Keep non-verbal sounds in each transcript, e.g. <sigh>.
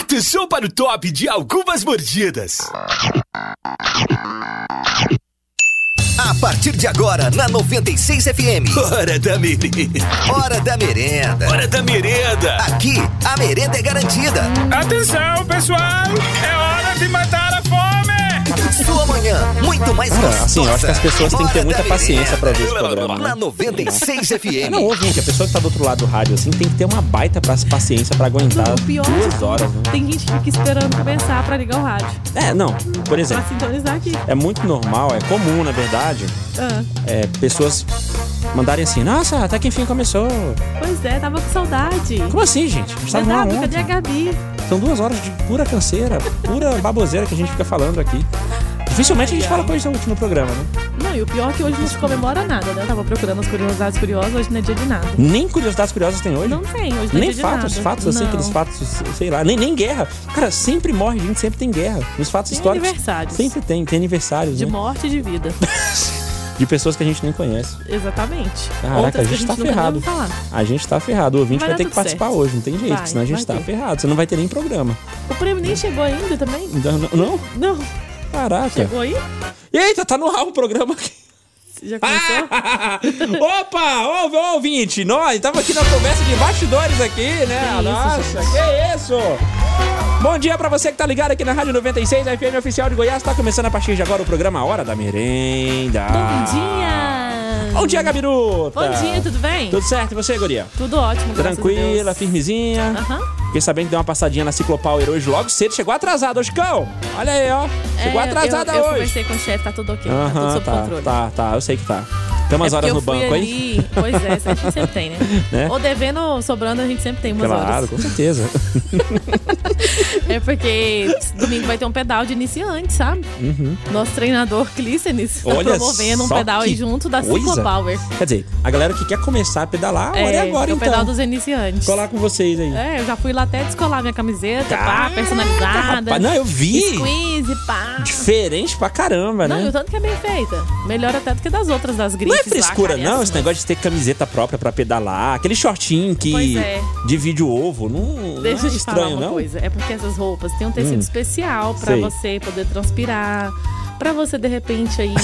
atenção para o top de algumas mordidas. A partir de agora, na 96 FM. Hora da merenda. Hora da merenda. Hora da merenda. Aqui, a merenda é garantida. Atenção, pessoal! É hora de matar a fome! Sua manhã, muito mais gostosa. assim, eu acho que as pessoas têm que ter Hora muita da paciência pra merenda. ver esse programa. Na 96 É, não, FM. ouvinte, a pessoa que tá do outro lado do rádio, assim, tem que ter uma baita pra- paciência pra aguentar Não, Tá o pior é duas horas, né? Tem gente que fica esperando começar pra ligar o rádio. É, não, por Pra exemplo, sintonizar aqui. é muito normal, é comum, na verdade, Ah, é, pessoas mandarem assim, nossa, até que enfim começou. pois é, tava com saudade. Como assim, gente? A gente tava numa Verdade, é onda. cadê a Gabi? São duas horas de pura canseira, pura baboseira que a gente fica falando aqui. Dificilmente a gente fala coisa útil no programa, né? Não, e o pior é que hoje não se comemora nada, né? Eu tava procurando as curiosidades curiosas, hoje não é dia de nada. Nem curiosidades curiosas tem hoje. Não tem, hoje não é Nem dia de nada. fatos, fatos assim, Não. aqueles fatos, sei lá, nem, nem guerra. Cara, sempre morre gente, sempre tem guerra. Nos fatos Tem históricos. aniversários. Sempre tem, tem aniversários, De né? morte e <laughs> de vida. De pessoas que a gente nem conhece. Exatamente. Caraca, Outras a que gente tá nunca nem ferrado. ouviu falar. A gente tá ferrado. O ouvinte Vai vai, dar ter que tudo participar certo. hoje, não tem jeito, Vai, senão a gente vai tá ter. ferrado. Você não vai ter nem programa. O prêmio nem chegou ainda também? Não, não, não? Não. Caraca. Chegou aí? Eita, tá no ar o programa aqui. Já <laughs> começou? Opa, ô, ô, ouvinte, nós estamos aqui na conversa de bastidores aqui, né? isso, Nossa, que isso! Bom dia pra você que tá ligado aqui na Rádio 96 FM Oficial de Goiás. Tá começando a partir de agora o programa Hora da Merenda. Bom dia! Ah! Bom dia, Gabiruta! Bom dia, tudo bem? Tudo certo? E você, guria? Tudo ótimo, graças a Tranquila, Deus. firmezinha. Aham. Fiquei sabendo que deu uma passadinha na Ciclopower hoje logo cedo. Chegou atrasada, Oscão! Olha aí, ó. Chegou É, eu- atrasada eu, eu hoje. conversei com o chefe, tá tudo ok, tá tudo Aham, sob tá, controle. tá, tá, eu sei que tá. Tem umas É porque horas eu no fui banco, hein? ali, Pois é, isso a gente sempre tem, né? <laughs> Né? Ou devendo ou sobrando, a gente sempre tem umas Claro, horas. com certeza. <laughs> É porque domingo vai ter um pedal de iniciante, sabe? Nosso treinador Clícenes tá Uhum. Olha promovendo um só pedal aí que junto da coisa. Ciclopower. Quer dizer, a galera que quer começar a pedalar, olha agora é o então. pedal dos iniciantes. Colar com vocês aí. É, eu já fui lá até descolar minha camiseta, pá, Caraca, personalizada. rapaz, não, é eu vi. né? Squeeze, pá. Diferente pra caramba, Não, e né? o tanto que é bem feita. Melhor até do que das outras, das grifes Não é frescura, não, lá, assim esse caríssimas. negócio de ter camiseta própria pra pedalar, aquele shortinho Pois que é. divide o ovo, não, não Deixa eu é te falar estranho, uma não? Hum, coisa. É porque essas roupas têm um tecido especial pra Sei. você poder transpirar. Pra você, de <laughs> repente, aí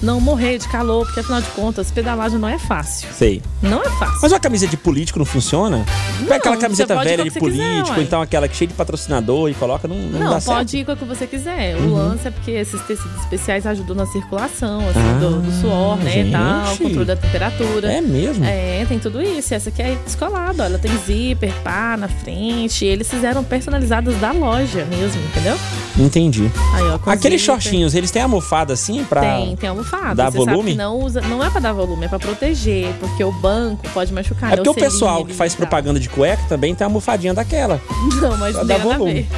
não morrer de calor. Porque, afinal de contas, pedalagem não é fácil. Sei. Não é fácil. Mas uma camiseta de político não funciona? Pega aquela você camiseta pode ir velha como de você quiser, político, uai. então aquela que cheia de patrocinador e coloca, não, não, Não, dá pode certo. Uhum. ir com a que você quiser. O lance é porque esses tecidos especiais ajudam na circulação, assim, Ah, do, do suor, né, e tal. gente. Controle da temperatura. É mesmo? É, tem tudo isso. E Essa aqui é descolada, ó. Ela tem zíper, pá, na frente. Eles fizeram personalizadas da loja mesmo, entendeu? Entendi. Aí, ó, com Aqueles zíper. shortinhos, eles têm almofada assim pra. né? Tem, tem almofada. Dá Você volume? sabe que não usa, não é pra dar volume, é pra proteger, porque o banco pode machucar. É né? porque o selinho pessoal ali que e faz tal. propaganda de cueca também tem a almofadinha daquela. tá. <laughs> Não, mas Pra dar não tem nada a volume. ver.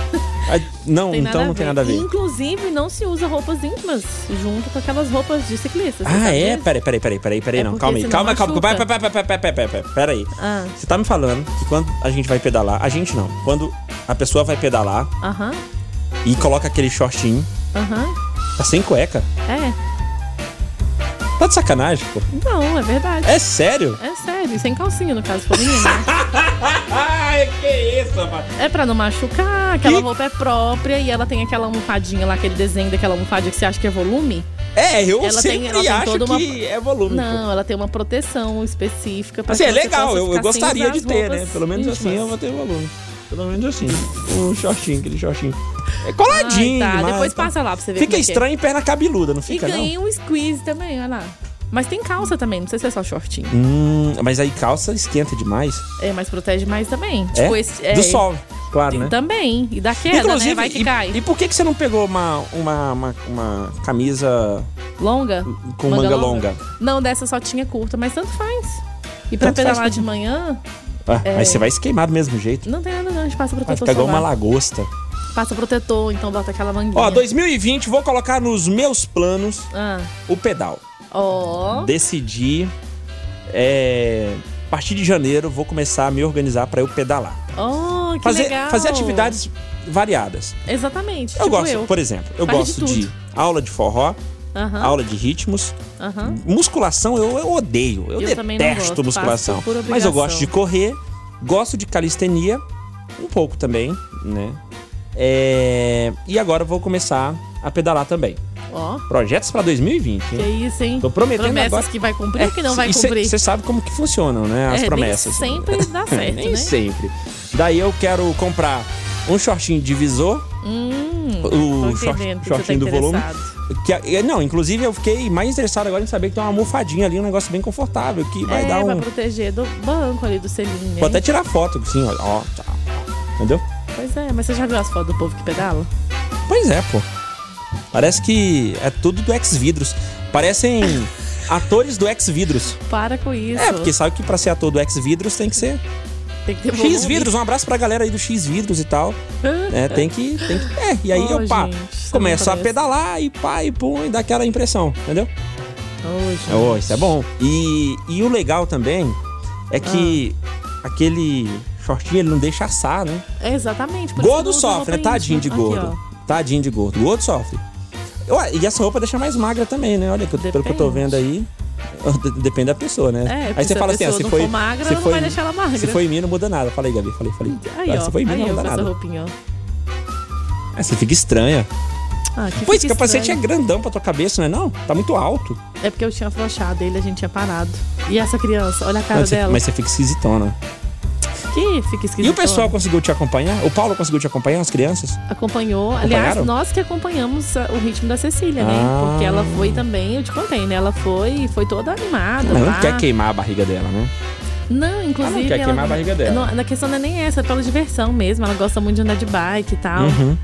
Ah, Não, Tem então nada não a tem nada a ver. Inclusive, não se usa roupas íntimas junto com aquelas roupas de ciclista. você Ah, sabe é? disso? Peraí, peraí, peraí, peraí, peraí, É não. porque Calma aí, senão calma, calma. machuca. Peraí, peraí, peraí, peraí, peraí, peraí, peraí. Ah, Você tá me falando que quando a gente vai pedalar, a gente não. Quando a pessoa vai pedalar aham, e coloca aquele shortinho, aham. tá sem cueca. É. Tá de sacanagem, pô. Não, é verdade. É sério? É sério, sem calcinha, no caso, se for menino. né? <laughs> Ai, que isso, rapaz. É pra não machucar, aquela Que- roupa é própria e ela tem aquela almofadinha lá, aquele desenho daquela almofadinha que você acha que é volume. É, eu Ela tem- sempre ela tem acho toda uma- que é volume. pô. Não, ela tem uma proteção específica pra Assim, é que você legal, possa eu, eu ficar sem gostaria usar de as ter, roupas né? Pelo menos assim íntimas. eu vou ter um aluno. Pelo menos assim. Um shortinho, aquele shortinho. É coladinho, Ai, tá. demais, Depois tá. passa lá pra você ver. Fica como é que é. estranho em perna cabeluda, não E fica, não? ganhei um squeeze também, olha lá. Mas tem calça também, não sei se é só shortinho. Hum, mas aí calça esquenta demais. É, mas protege mais também. É? Tipo, esse, é Do sol, claro, né? Também. E da queda, né? Vai que e, cai. e por que, que você não pegou uma, uma, uma, uma camisa Longa? com manga, longa? Não, dessa só tinha curta, mas tanto faz. E pra Tanto faz pedalar que- de manhã, Ah, Aí você vai se queimar do mesmo jeito. É. não tem nada não. A gente passa Vai protetor ficar igual uma solar. lagosta. Passa protetor, então bota aquela manguinha. Ó, 2020, vou colocar nos meus planos Ah, o pedal. ó. decidi. É, a partir de janeiro vou começar a me organizar pra eu pedalar. Ó, Oh, que Fazer, legal. fazer atividades variadas. Exatamente. Eu tipo gosto, eu. por exemplo, eu Faz gosto de de, tudo. aula de forró, Aham, aula de ritmos. aham. Musculação eu, eu odeio. Eu, Eu também não detesto gosto, musculação. faço por Mas eu gosto obrigação. de correr, gosto de calistenia, um pouco também, né? É, E agora eu vou começar a pedalar também. Ó, Projetos pra 2020. que isso, hein? Tô prometendo Promessas agora. É, que vai cumprir ou É que não vai e cê- cumprir. Você sabe como que funcionam, né? As É, nem promessas. É, sempre <laughs> dá certo, nem né? sempre. Daí eu quero comprar um shortinho de visor, Hum, o tô short- entendendo que você tá shortinho do volume. interessado. Que a- eh, não, inclusive eu fiquei mais interessado agora em saber que tem uma almofadinha ali, um negócio bem confortável, que vai é, dar vai um. proteger do banco ali, do selinho. Vou hein? até tirar foto, assim, ó. ó tá. Entendeu? Pois é, mas você já viu as fotos do povo que pedala? Pois é, pô. Parece que é tudo do ex-vidros. <laughs> Parecem atores do ex-vidros. Para com isso. É, porque sabe que pra ser ator do ex-vidros tem que ser tem que ter volume. X-Vidros. Um abraço pra galera aí do X-Vidros e <laughs> tal. É, tem que. Tem que é, e aí Oh, eu pá, gente, isso começo não a parece. pedalar e pá, e pum, e dá aquela impressão, entendeu? Ô, gente. É, ô, isso é bom. E, e o legal também é que aquele shortinho ele não deixa assar, né? É, exatamente. por isso gordo que eu uso sofre, né? roupa Tadinho de íntima. Aqui, gordo. tadinho de gordo. Gordo sofre. Ué, e essa roupa deixa mais magra também, né? Olha, que eu- pelo que eu tô Depende. vendo aí. <laughs> de- Depende da pessoa, né? É, aí porque você se a fala assim, ah, pessoa se não foi. for magra, se não foi, vai deixar ela magra. Se foi em mim, não muda nada. Falei, Gabi, falei, falei. ó. Aí, Ah, ó. se foi em mim, aí, não eu muda com essa nada. roupinha, ó. É, você fica estranha. Ah, que Pô, esse fica capacete é estranho. grandão pra tua cabeça, não é não? Tá muito alto. É porque eu tinha afrouxado ele, a gente tinha parado. E essa criança, olha a cara Mas você- dela. mas você fica esquisitona. Que fica esquisito. E o pessoal conseguiu te acompanhar? O Paulo conseguiu te acompanhar, as crianças? Tá. acompanhou. Aliás, Acompanharam? nós que acompanhamos a- o ritmo da Cecília, né? Ah. Porque ela foi também, eu te contei, né? Ela foi, foi toda animada. Ela lá. não quer queimar a barriga dela, né? Não, inclusive. Ela não quer ela- queimar a barriga dela. Não, a questão não é nem essa, é pela diversão mesmo. Ela gosta muito de andar de bike e tal. Uhum.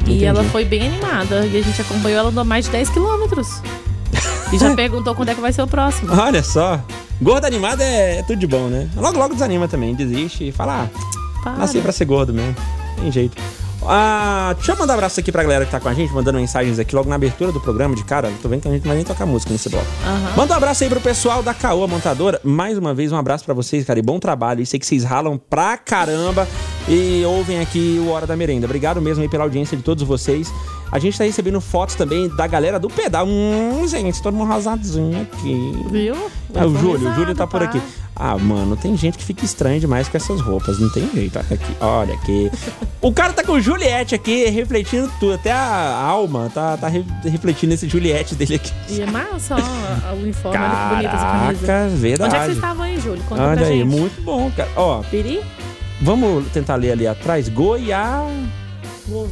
E Entendi. ela foi bem animada. E a gente acompanhou ela andou mais de 10 quilômetros. <laughs> E já perguntou quando é que vai ser o próximo. Olha só. Gordo animado é, é tudo de bom, né? Logo, logo desanima também, desiste e fala, ah, Para. nasci pra ser gordo mesmo. Tem jeito. Ah, deixa eu mandar um abraço aqui pra galera que tá com a gente, mandando mensagens aqui logo na abertura do programa de cara. Tô vendo que a gente não vai nem tocar música nesse bloco. Aham. Manda um abraço aí pro pessoal da Caoa Montadora. Mais uma vez, um abraço pra vocês, cara. E bom trabalho. E sei que vocês ralam pra caramba e ouvem aqui o Hora da Merenda. Obrigado mesmo aí pela audiência de todos vocês. A gente tá recebendo fotos também da galera do pedal. Hum, gente, todo mundo arrasadinho aqui. Viu? Ah, o Júlio, o Júlio tá por Pá. aqui. Ah, mano, tem gente que fica estranha demais com essas roupas, não tem jeito. Olha aqui, olha <laughs> aqui. O cara tá com o Juliette aqui, refletindo tudo. Até a alma tá, tá re- refletindo esse Juliette dele aqui. E é massa, ó, o uniforme, olha que bonita essa camisa. Caraca, Onde é que vocês verdade. estavam aí, Júlio? Conta pra Olha aí, gente. muito bom, cara. Ó, Piri? vamos tentar ler ali atrás. Goiás.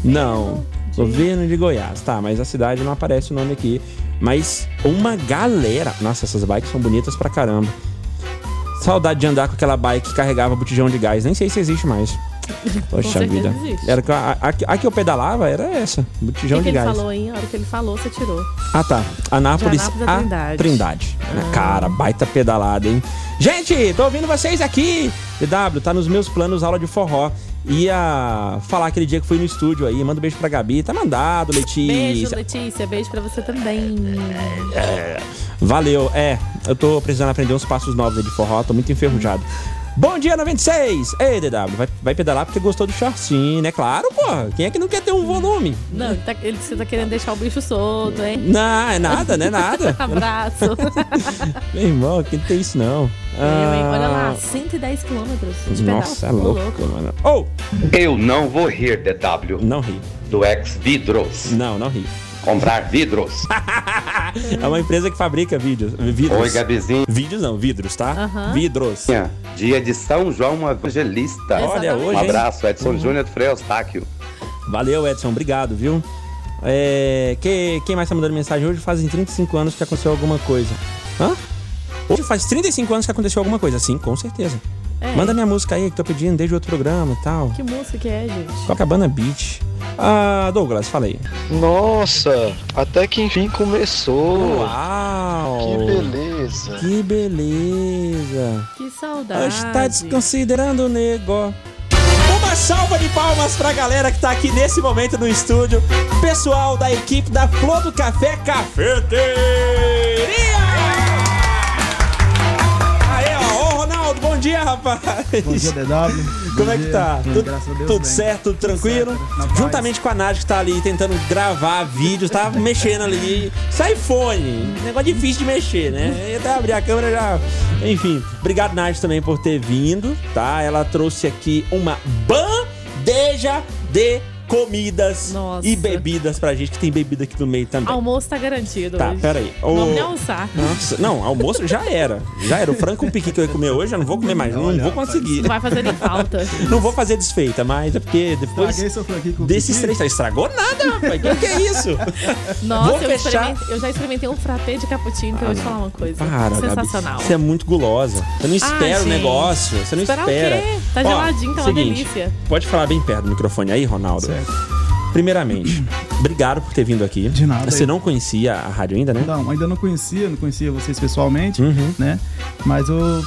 Não, governo de Goiás. Tá, mas a cidade não aparece o nome aqui. Mas uma galera. Nossa, essas bikes são bonitas pra caramba. Saudade de andar com aquela bike que carregava botijão de gás. Nem sei se existe <laughs> mais. Poxa certeza vida. existe. Era que a, a, a que eu pedalava era essa, O botijão que, que de ele gás. falou aí? A hora que ele falou, você tirou. Ah, tá. Anápolis, De Anápolis a a Trindade. Ah. Trindade. né? Cara, baita pedalada, hein? Gente, tô ouvindo vocês aqui. DW, tá nos meus planos aula de forró. Ia falar aquele dia que fui no estúdio aí. Manda um beijo pra Gabi. Tá mandado, Beijo, Letícia. Letícia. Beijo pra você também. Valeu. É, eu tô precisando aprender uns passos novos aí de forró. Tô muito enferrujado. Bom dia, 96! Ei, DW, vai, vai pedalar porque gostou do shortinho, né? Claro, pô. Quem é que não quer ter um volume? Não, ele, tá, ele você tá querendo deixar o bicho solto, hein? Não, é nada, né? Nada. <laughs> Abraço. Meu irmão, que não tem isso não. Eu, hein? Olha Ah, lá, 110 quilômetros de pedal. Nossa, é Ô, louco, mano. Ou, Eu não vou rir, DW, não ri. do ex-vidros. Não, não ri. Comprar <laughs> vidros. É uma empresa que fabrica vídeos. Vidros. Oi, Gabizinha. Vídeos não, vidros, tá? Aham. Vidros. Dia de São João Evangelista. Olha, Exatamente. Um hoje, hein? Uhum. abraço, Edson Júnior tá, do Freio Eustáquio. Valeu, Edson. Obrigado, viu? É, que, quem mais tá mandando mensagem hoje? Fazem 35 anos que aconteceu alguma coisa. Hã? Hoje faz 35 anos que aconteceu alguma coisa. Sim, com certeza. É. Manda minha música aí que tô pedindo desde outro programa e tal. Que música que é, gente? Copacabana Beach. Ah, Douglas, falei. Nossa, até que enfim começou. Uau! Que beleza. Que beleza! Que saudade. Hoje tá desconsiderando o nego. Uma salva de palmas pra galera que tá aqui nesse momento no estúdio. Pessoal da equipe da Flor do Café Cafeteria! Aí, ó. Ô, Ronaldo, bom dia, rapaz! Bom <laughs> dia, DW. Como Bom é que dia. tá? Bem, Tudo, graças a Deus. tudo bem. certo, tudo tranquilo? certo, na paz. Juntamente com a Nádia que tá ali tentando gravar vídeos, tá mexendo ali. Isso é iPhone, negócio difícil de mexer, né? Eu Até abrir a câmera já. Enfim, obrigado, Nádia, também por ter vindo, tá? Ela trouxe aqui uma bandeja de comidas Nossa. e bebidas pra gente, que tem bebida aqui no meio também. Almoço tá garantido Tá, hoje. peraí. O- Vamos nem almoçar. Nossa, não, almoço já era. Já era. O frango com piqui que eu ia comer hoje, eu não vou comer mais. Não vou conseguir. Não vai fazer nem falta. Não vou fazer desfeita, mas é porque Paguei depois seu franquinho com desses cookie. três... Estragou nada, rapaz. Que que é isso? Vou Nossa, fechar. eu, Ah, experimentei- eu já experimentei um frappé de cappuccino, então eu vou te falar uma coisa. Para, Sensacional. Ah, Gabi. Você é muito gulosa. Você não espera o gente. negócio. Você não Esperar o espera. quê? Tá geladinho, tá uma delícia. Pode falar bem perto do microfone aí, Ronaldo. Primeiramente, <clears throat> obrigado por ter vindo aqui. De nada. Você não conhecia a rádio ainda, né? Então, ainda não conhecia, não conhecia vocês pessoalmente, Uhum. né? Mas eu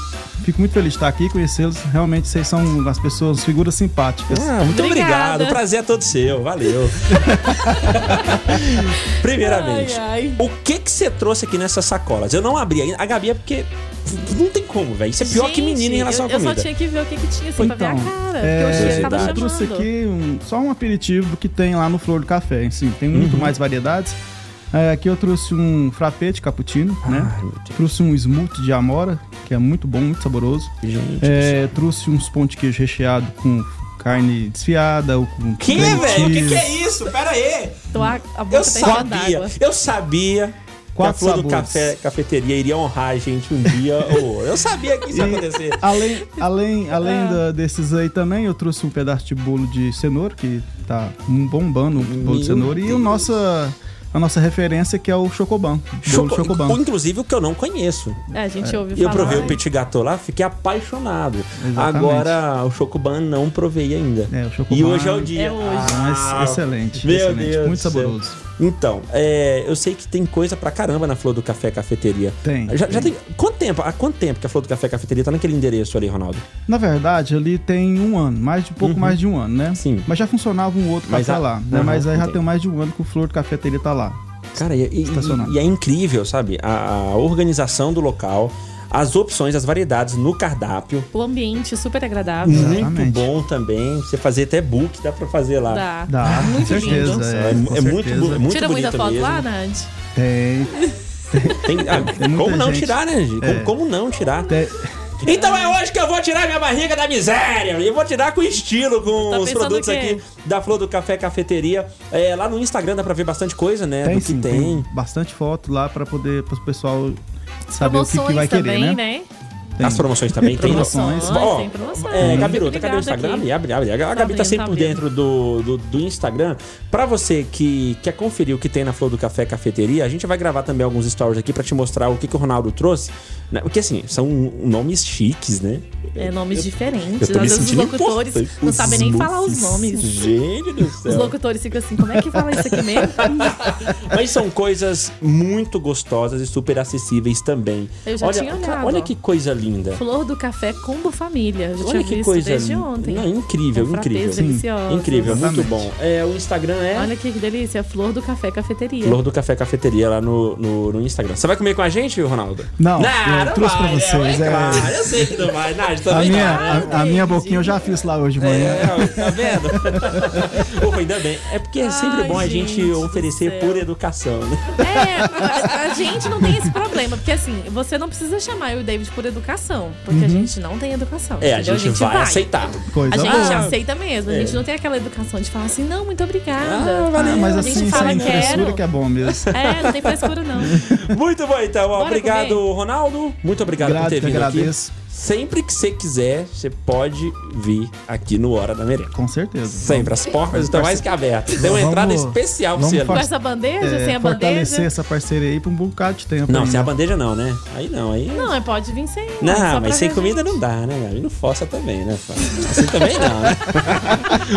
fico muito feliz de estar aqui, conhecê-los. Realmente, vocês são as pessoas, figuras simpáticas. Ah, muito Obrigada. obrigado. O prazer é todo seu. <laughs> Valeu. Primeiramente, Ai, ai. o que que você trouxe aqui nessas sacolas? Eu não abri ainda. A Gabi é porque não tem como, velho. Isso é pior que Gente, menino em relação à eu, eu comida. então. só tinha que ver o que, que tinha, assim, pra ver a cara. porque é, eu achei que tava verdade. eu trouxe chamando. aqui um- só um aperitivo do que tem lá no Flor do Café. Sim, tem muito Uhum. mais variedades. É, aqui eu trouxe um frappé de cappuccino, né? Ai, meu Deus. Trouxe um smoothie de amora, que é muito bom, muito saboroso. Gente, É, trouxe uns pão de queijo recheado com carne desfiada ou com Que, cream velho? O que, cheese. que é isso? Pera aí. Tô a, a boca Eu tá enchendo sabia. d'água. Eu sabia que a Quatro flor do sabores. café, cafeteria iria honrar a gente um dia. ou outro. Eu sabia que isso ia E- acontecer. <laughs> Além, além, além É. da- desses aí também, eu trouxe um pedaço de bolo de cenoura, que tá um bombando o bolo de cenoura. E o nossa, a nossa referência, que é o Chocoban. Bolo Choco- Chocoban. Inclusive o que eu não conheço. É, a gente ouviu E eu falar. provei o petit gâteau lá, fiquei apaixonado. Exatamente. Agora o chocoban não provei ainda. É, o Chocoban. e hoje é o dia. É hoje. Ah, mas excelente, meu excelente. Deus muito do céu. saboroso. Então, é, eu sei que tem coisa pra caramba na Flor do Café Cafeteria. Tem, Já, já tem. Quanto tempo? Há quanto tempo que a Flor do Café Cafeteria tá naquele endereço ali, Ronaldo? Na verdade, ali tem um ano, mais de pouco mais de um ano, né? Uhum. Sim. Mas já funcionava um outro Mas café a- lá, né? Aham, Mas aí já entendi. tem mais de um ano que o Flor do Cafeteria tá lá. Cara, e, e- Estacionado. e é incrível, sabe? A, a organização do local, as opções, as variedades no cardápio. O ambiente super agradável. Muito Exatamente. bom também. Você fazer até book, dá pra fazer lá. Dá. Dá, com Muito certeza. lindo. É, É, com é muito, certeza. bu- é muito Tira bonito muita foto mesmo. lá, Nad? Tem, Tem- <laughs> ah, É muita como não gente. É. tirar, né, gente? Como, como não tirar? tem. Então é hoje que eu vou tirar minha barriga da miséria. E eu vou tirar com estilo, com Tá os pensando produtos o quê? aqui da Flor do Café Cafeteria. É, lá no Instagram dá pra ver bastante coisa, né? do que sim, tem. bastante foto lá para poder para o pessoal saber o que, Promoções que vai querer, também, né? né? Tem. As promoções também tem. Promoções, Ó, tem promoções. É, Uhum. Gabirota, Fica cadê o ligado Instagram? aqui. Abre, abre, abre. A Gabi tá vendo, sempre tá por vendo. dentro do, do, do Instagram. Pra você que quer conferir o que tem na Flor do Café Cafeteria, a gente vai gravar também alguns stories aqui pra te mostrar o que, que o Ronaldo trouxe. né? Porque assim, são nomes chiques, né? É nomes diferentes. Eu tô me Às vezes os sentindo locutores importante. não sabem nem Smurfs. falar os nomes. Gente do Os céu. locutores ficam assim, como é que fala isso aqui <laughs> mesmo? Mas são coisas muito gostosas e super acessíveis também. Eu já olha, tinha cara, olhado, olha ó. que coisa linda. Flor do café combo família. Eu já Olha tinha que visto coisa desde linda. ontem. um Não, é incrível, Com frappés incrível. deliciosos. Incrível, muito Exatamente. bom. É, o Instagram é Olha que delícia, flor do café cafeteria. Flor do Café Cafeteria lá no, no, no Instagram. Você vai comer com a gente, Ronaldo? Não, eu trouxe pra vocês, É, é. claro, eu sei que não vai. Nádia, A também minha, não, né? a, a minha boquinha eu já fiz lá hoje de manhã. É, ó, tá vendo? <laughs> Ufa, ainda bem. É porque é sempre Ai, bom a gente gente do oferecer céu. por educação, né? É, a, a gente não tem esse problema, porque assim, você não precisa chamar eu e o David por educação, porque a gente não tem educação. Uhum. É, a entendeu? gente, vai, aceitar. É. Coisa A gente boa. aceita mesmo, a gente não tem aquela educação de falar assim, não, muito obrigada. Ah, valeu. Ah, mas A gente assim, fala sem quero. frescura que é bom <laughs> mesmo. É, não tem frescura <laughs> não. Muito bom, então. ó, Bora obrigado, comer? Ronaldo. Muito obrigado por Grato, ter que vindo aqui. agradeço. Sempre que você quiser, você pode vir aqui no Hora da Merenda. Com certeza. Sempre. As portas estão mais que abertas. Tem uma Vamos- entrada especial pra vamos você ali. Com Faz- essa bandeja, É, sem a fortalecer bandeja. essa parceria aí por um bocado de tempo. Não, ainda. sem a bandeja não, né? Aí não, aí... Não, é pode vir sem. Não, só pra mas sem ver a comida gente. não dá, né, Gabi? Não força também, né? Fábio? Assim também não, <laughs> né?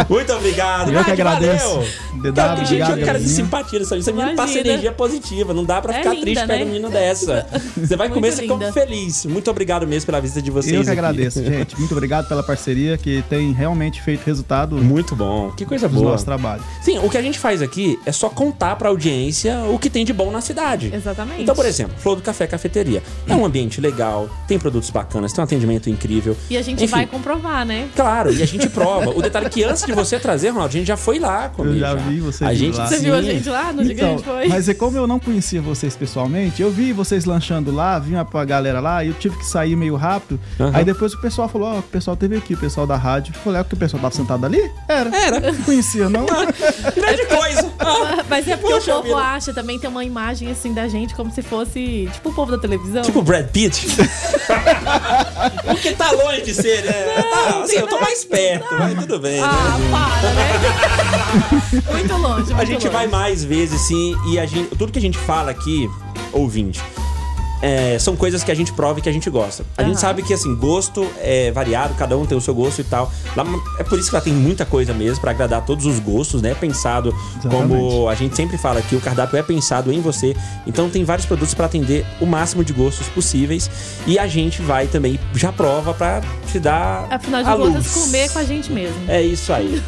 Muito obrigado. Eu que Gabi, agradeço. tá valeu. DW, Cara, gente, obrigado, eu quero de Gabizinha. simpatia nessa menina. Essa menina passa Imagina. energia positiva. Não dá pra É ficar linda, triste pegando né? um menino dessa. Você vai <laughs> Muito comer, você fica linda. feliz. Muito obrigado mesmo pela visita de vocês Eu que aqui. agradeço, gente. Muito obrigado pela parceria que tem realmente feito resultado Muito bom. Que coisa do boa. nosso trabalho. Sim, o que a gente faz aqui é só contar pra audiência o que tem de bom na cidade. Exatamente. Então, por exemplo, Flor do Café Cafeteria. É um ambiente legal, tem produtos bacanas, tem um atendimento incrível. E a gente Enfim, vai comprovar, né? Claro, e a gente prova. O detalhe é que antes de você trazer, Ronaldo, a gente já foi lá comigo. Eu já vi você a vir gente, lá. Você viu a Ah, Sim. Então, gente lá no Gigante? Foi? mas é como eu não conhecia vocês pessoalmente, eu vi vocês lanchando lá, vinha pra galera lá, e eu tive que sair meio rápido, bonito. Aham. Aí depois o pessoal falou, ó, o pessoal teve aqui, o pessoal da rádio. Eu Falei, ah, porque o pessoal tava sentado ali? Era. Era. Conhecia, <laughs> não? É Grande coisa! <laughs> Mas é porque Poxa o povo vida. acha também tem uma imagem assim da gente como se fosse tipo o povo da televisão. Tipo o Brad Pitt. <laughs> Porque tá longe de ser, né? Tá, assim, eu tô mais perto, mas tudo bem. né? ah, para, né? <laughs> muito longe, muito A gente longe. vai mais vezes, sim, e a gente, tudo que a gente fala aqui, ouvinte, é, são coisas que a gente prova e que a gente gosta. A gente Aham. sabe que, assim, gosto é variado, cada um tem o seu gosto e tal. Lá- é por isso que lá tem muita coisa mesmo, pra agradar todos os gostos, né? Pensado como Exatamente. a gente sempre fala aqui, o cardápio é pensado em você. Então tem vários produtos pra atender o máximo de gostos possíveis. E a gente vai também, já prova, pra te dar Afinal de a contas, luz. comer com a gente mesmo. É isso aí.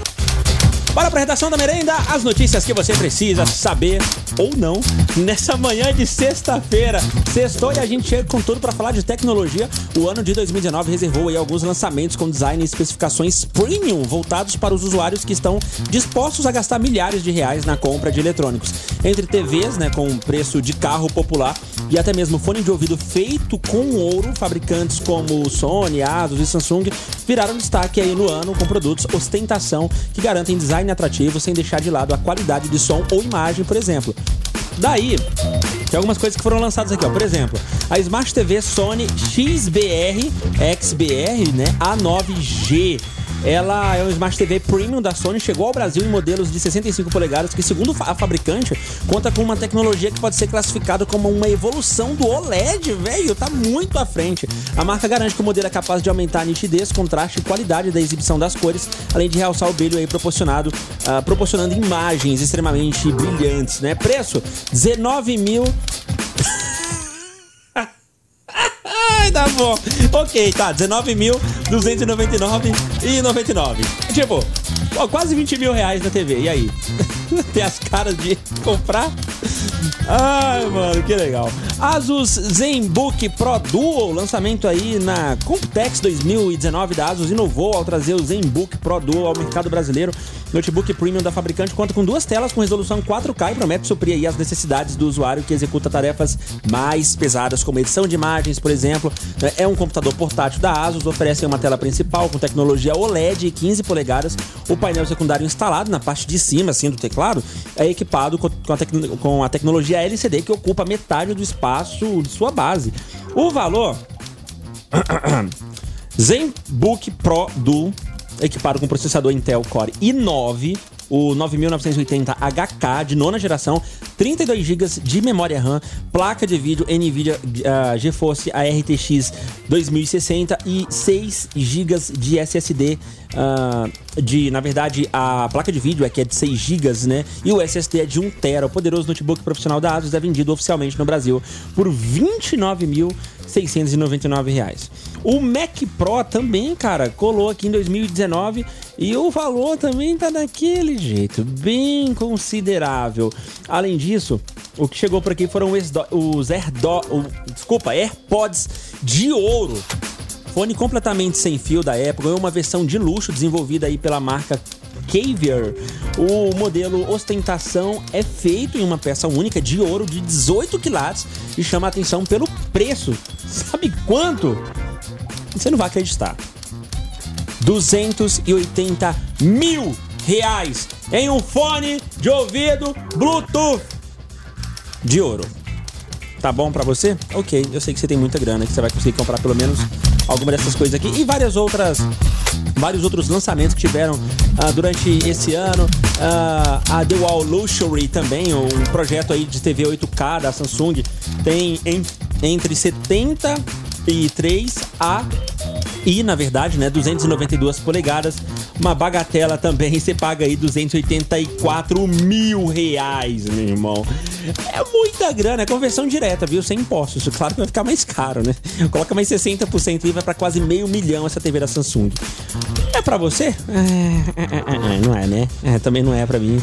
Bora pra redação da merenda, as notícias que você precisa saber ou não nessa manhã de sexta-feira. Sextou e a gente chega com tudo pra falar de tecnologia. O ano de 2019 reservou aí alguns lançamentos com design e especificações premium voltados para os usuários que estão dispostos a gastar milhares de reais na compra de eletrônicos. Entre TVs, né, com preço de carro popular e até mesmo fone de ouvido feito com ouro, fabricantes como Sony, Asus e Samsung viraram destaque aí no ano com produtos ostentação que garantem design atrativo sem deixar de lado a qualidade de som ou imagem, por exemplo. Daí, tem algumas coisas que foram lançadas aqui, ó. Por exemplo, a Smart TV Sony XBR, XBR, né, A9G. Ela é uma Smart TV Premium da Sony, chegou ao Brasil em modelos de 65 polegadas, que, segundo fa- a fabricante, conta com uma tecnologia que pode ser classificada como uma evolução do OLED, velho. Tá muito à frente. A marca garante que o modelo é capaz de aumentar a nitidez, contraste e qualidade da exibição das cores, além de realçar o brilho aí proporcionado, ah, proporcionando imagens extremamente brilhantes, né? Preço: 19 mil. Ai, tá bom. Ok, tá. 19.299,99. Tipo, ó, quase 20 mil reais na TV. E aí? <laughs> Tem as caras de comprar? Ai, mano, que legal. Asus ZenBook Pro Duo, lançamento aí na Computex 2019 da Asus, inovou ao trazer o ZenBook Pro Duo ao mercado brasileiro. Notebook premium da fabricante conta com duas telas com resolução 4K e promete suprir aí as necessidades do usuário que executa tarefas mais pesadas, como edição de imagens, por exemplo. né? É um computador portátil da Asus, oferece uma tela principal com tecnologia OLED e 15 polegadas. O painel secundário instalado na parte de cima, assim, do teclado, é equipado co- com a, tecno- com a tecnologia LCD que ocupa metade do espaço de sua base. O valor ZenBook Pro Duo, equipado com processador Intel Core i9, o 9980HK de nona geração, 32 GB de memória RAM, placa de vídeo NVIDIA ah, GeForce ARTX 2060 e 6 GB de SSD ah, de, na verdade, a placa de vídeo é que é de 6 GB, né? E o SSD é de 1 TB. O poderoso notebook profissional da Asus é vendido oficialmente no Brasil por R$ 29.699. reais. O Mac Pro também, cara, colou aqui em 2019 e o valor também tá daquele jeito, bem considerável. Além disso, o que chegou por aqui foram os, do- os AirDo- o- desculpa, AirPods de ouro. Fone completamente sem fio da Apple, é uma versão de luxo desenvolvida aí pela marca Caviar. O modelo ostentação é feito em uma peça única de ouro de 18 quilates e chama a atenção pelo preço. <laughs> Sabe quanto? Você não vai acreditar. 280 mil reais em um fone de ouvido Bluetooth de ouro. Tá bom pra você? Ok, eu sei que você tem muita grana, que você vai conseguir comprar pelo menos alguma dessas coisas aqui e várias outras. Vários outros lançamentos que tiveram ah, durante esse ano. Ah, a The Wall Luxury também, um projeto aí de TV 8K da Samsung, tem em- entre 73 a e, na verdade, né, 292 polegadas, uma bagatela também, você paga aí 284 mil reais, meu irmão. É muita grana, é conversão direta, viu? Sem impostos, isso claro que vai ficar mais caro, né? Coloca mais 60% e vai pra quase meio milhão essa TV da Samsung. É pra você? É, é, é, é, não é, né? É, também não é pra mim.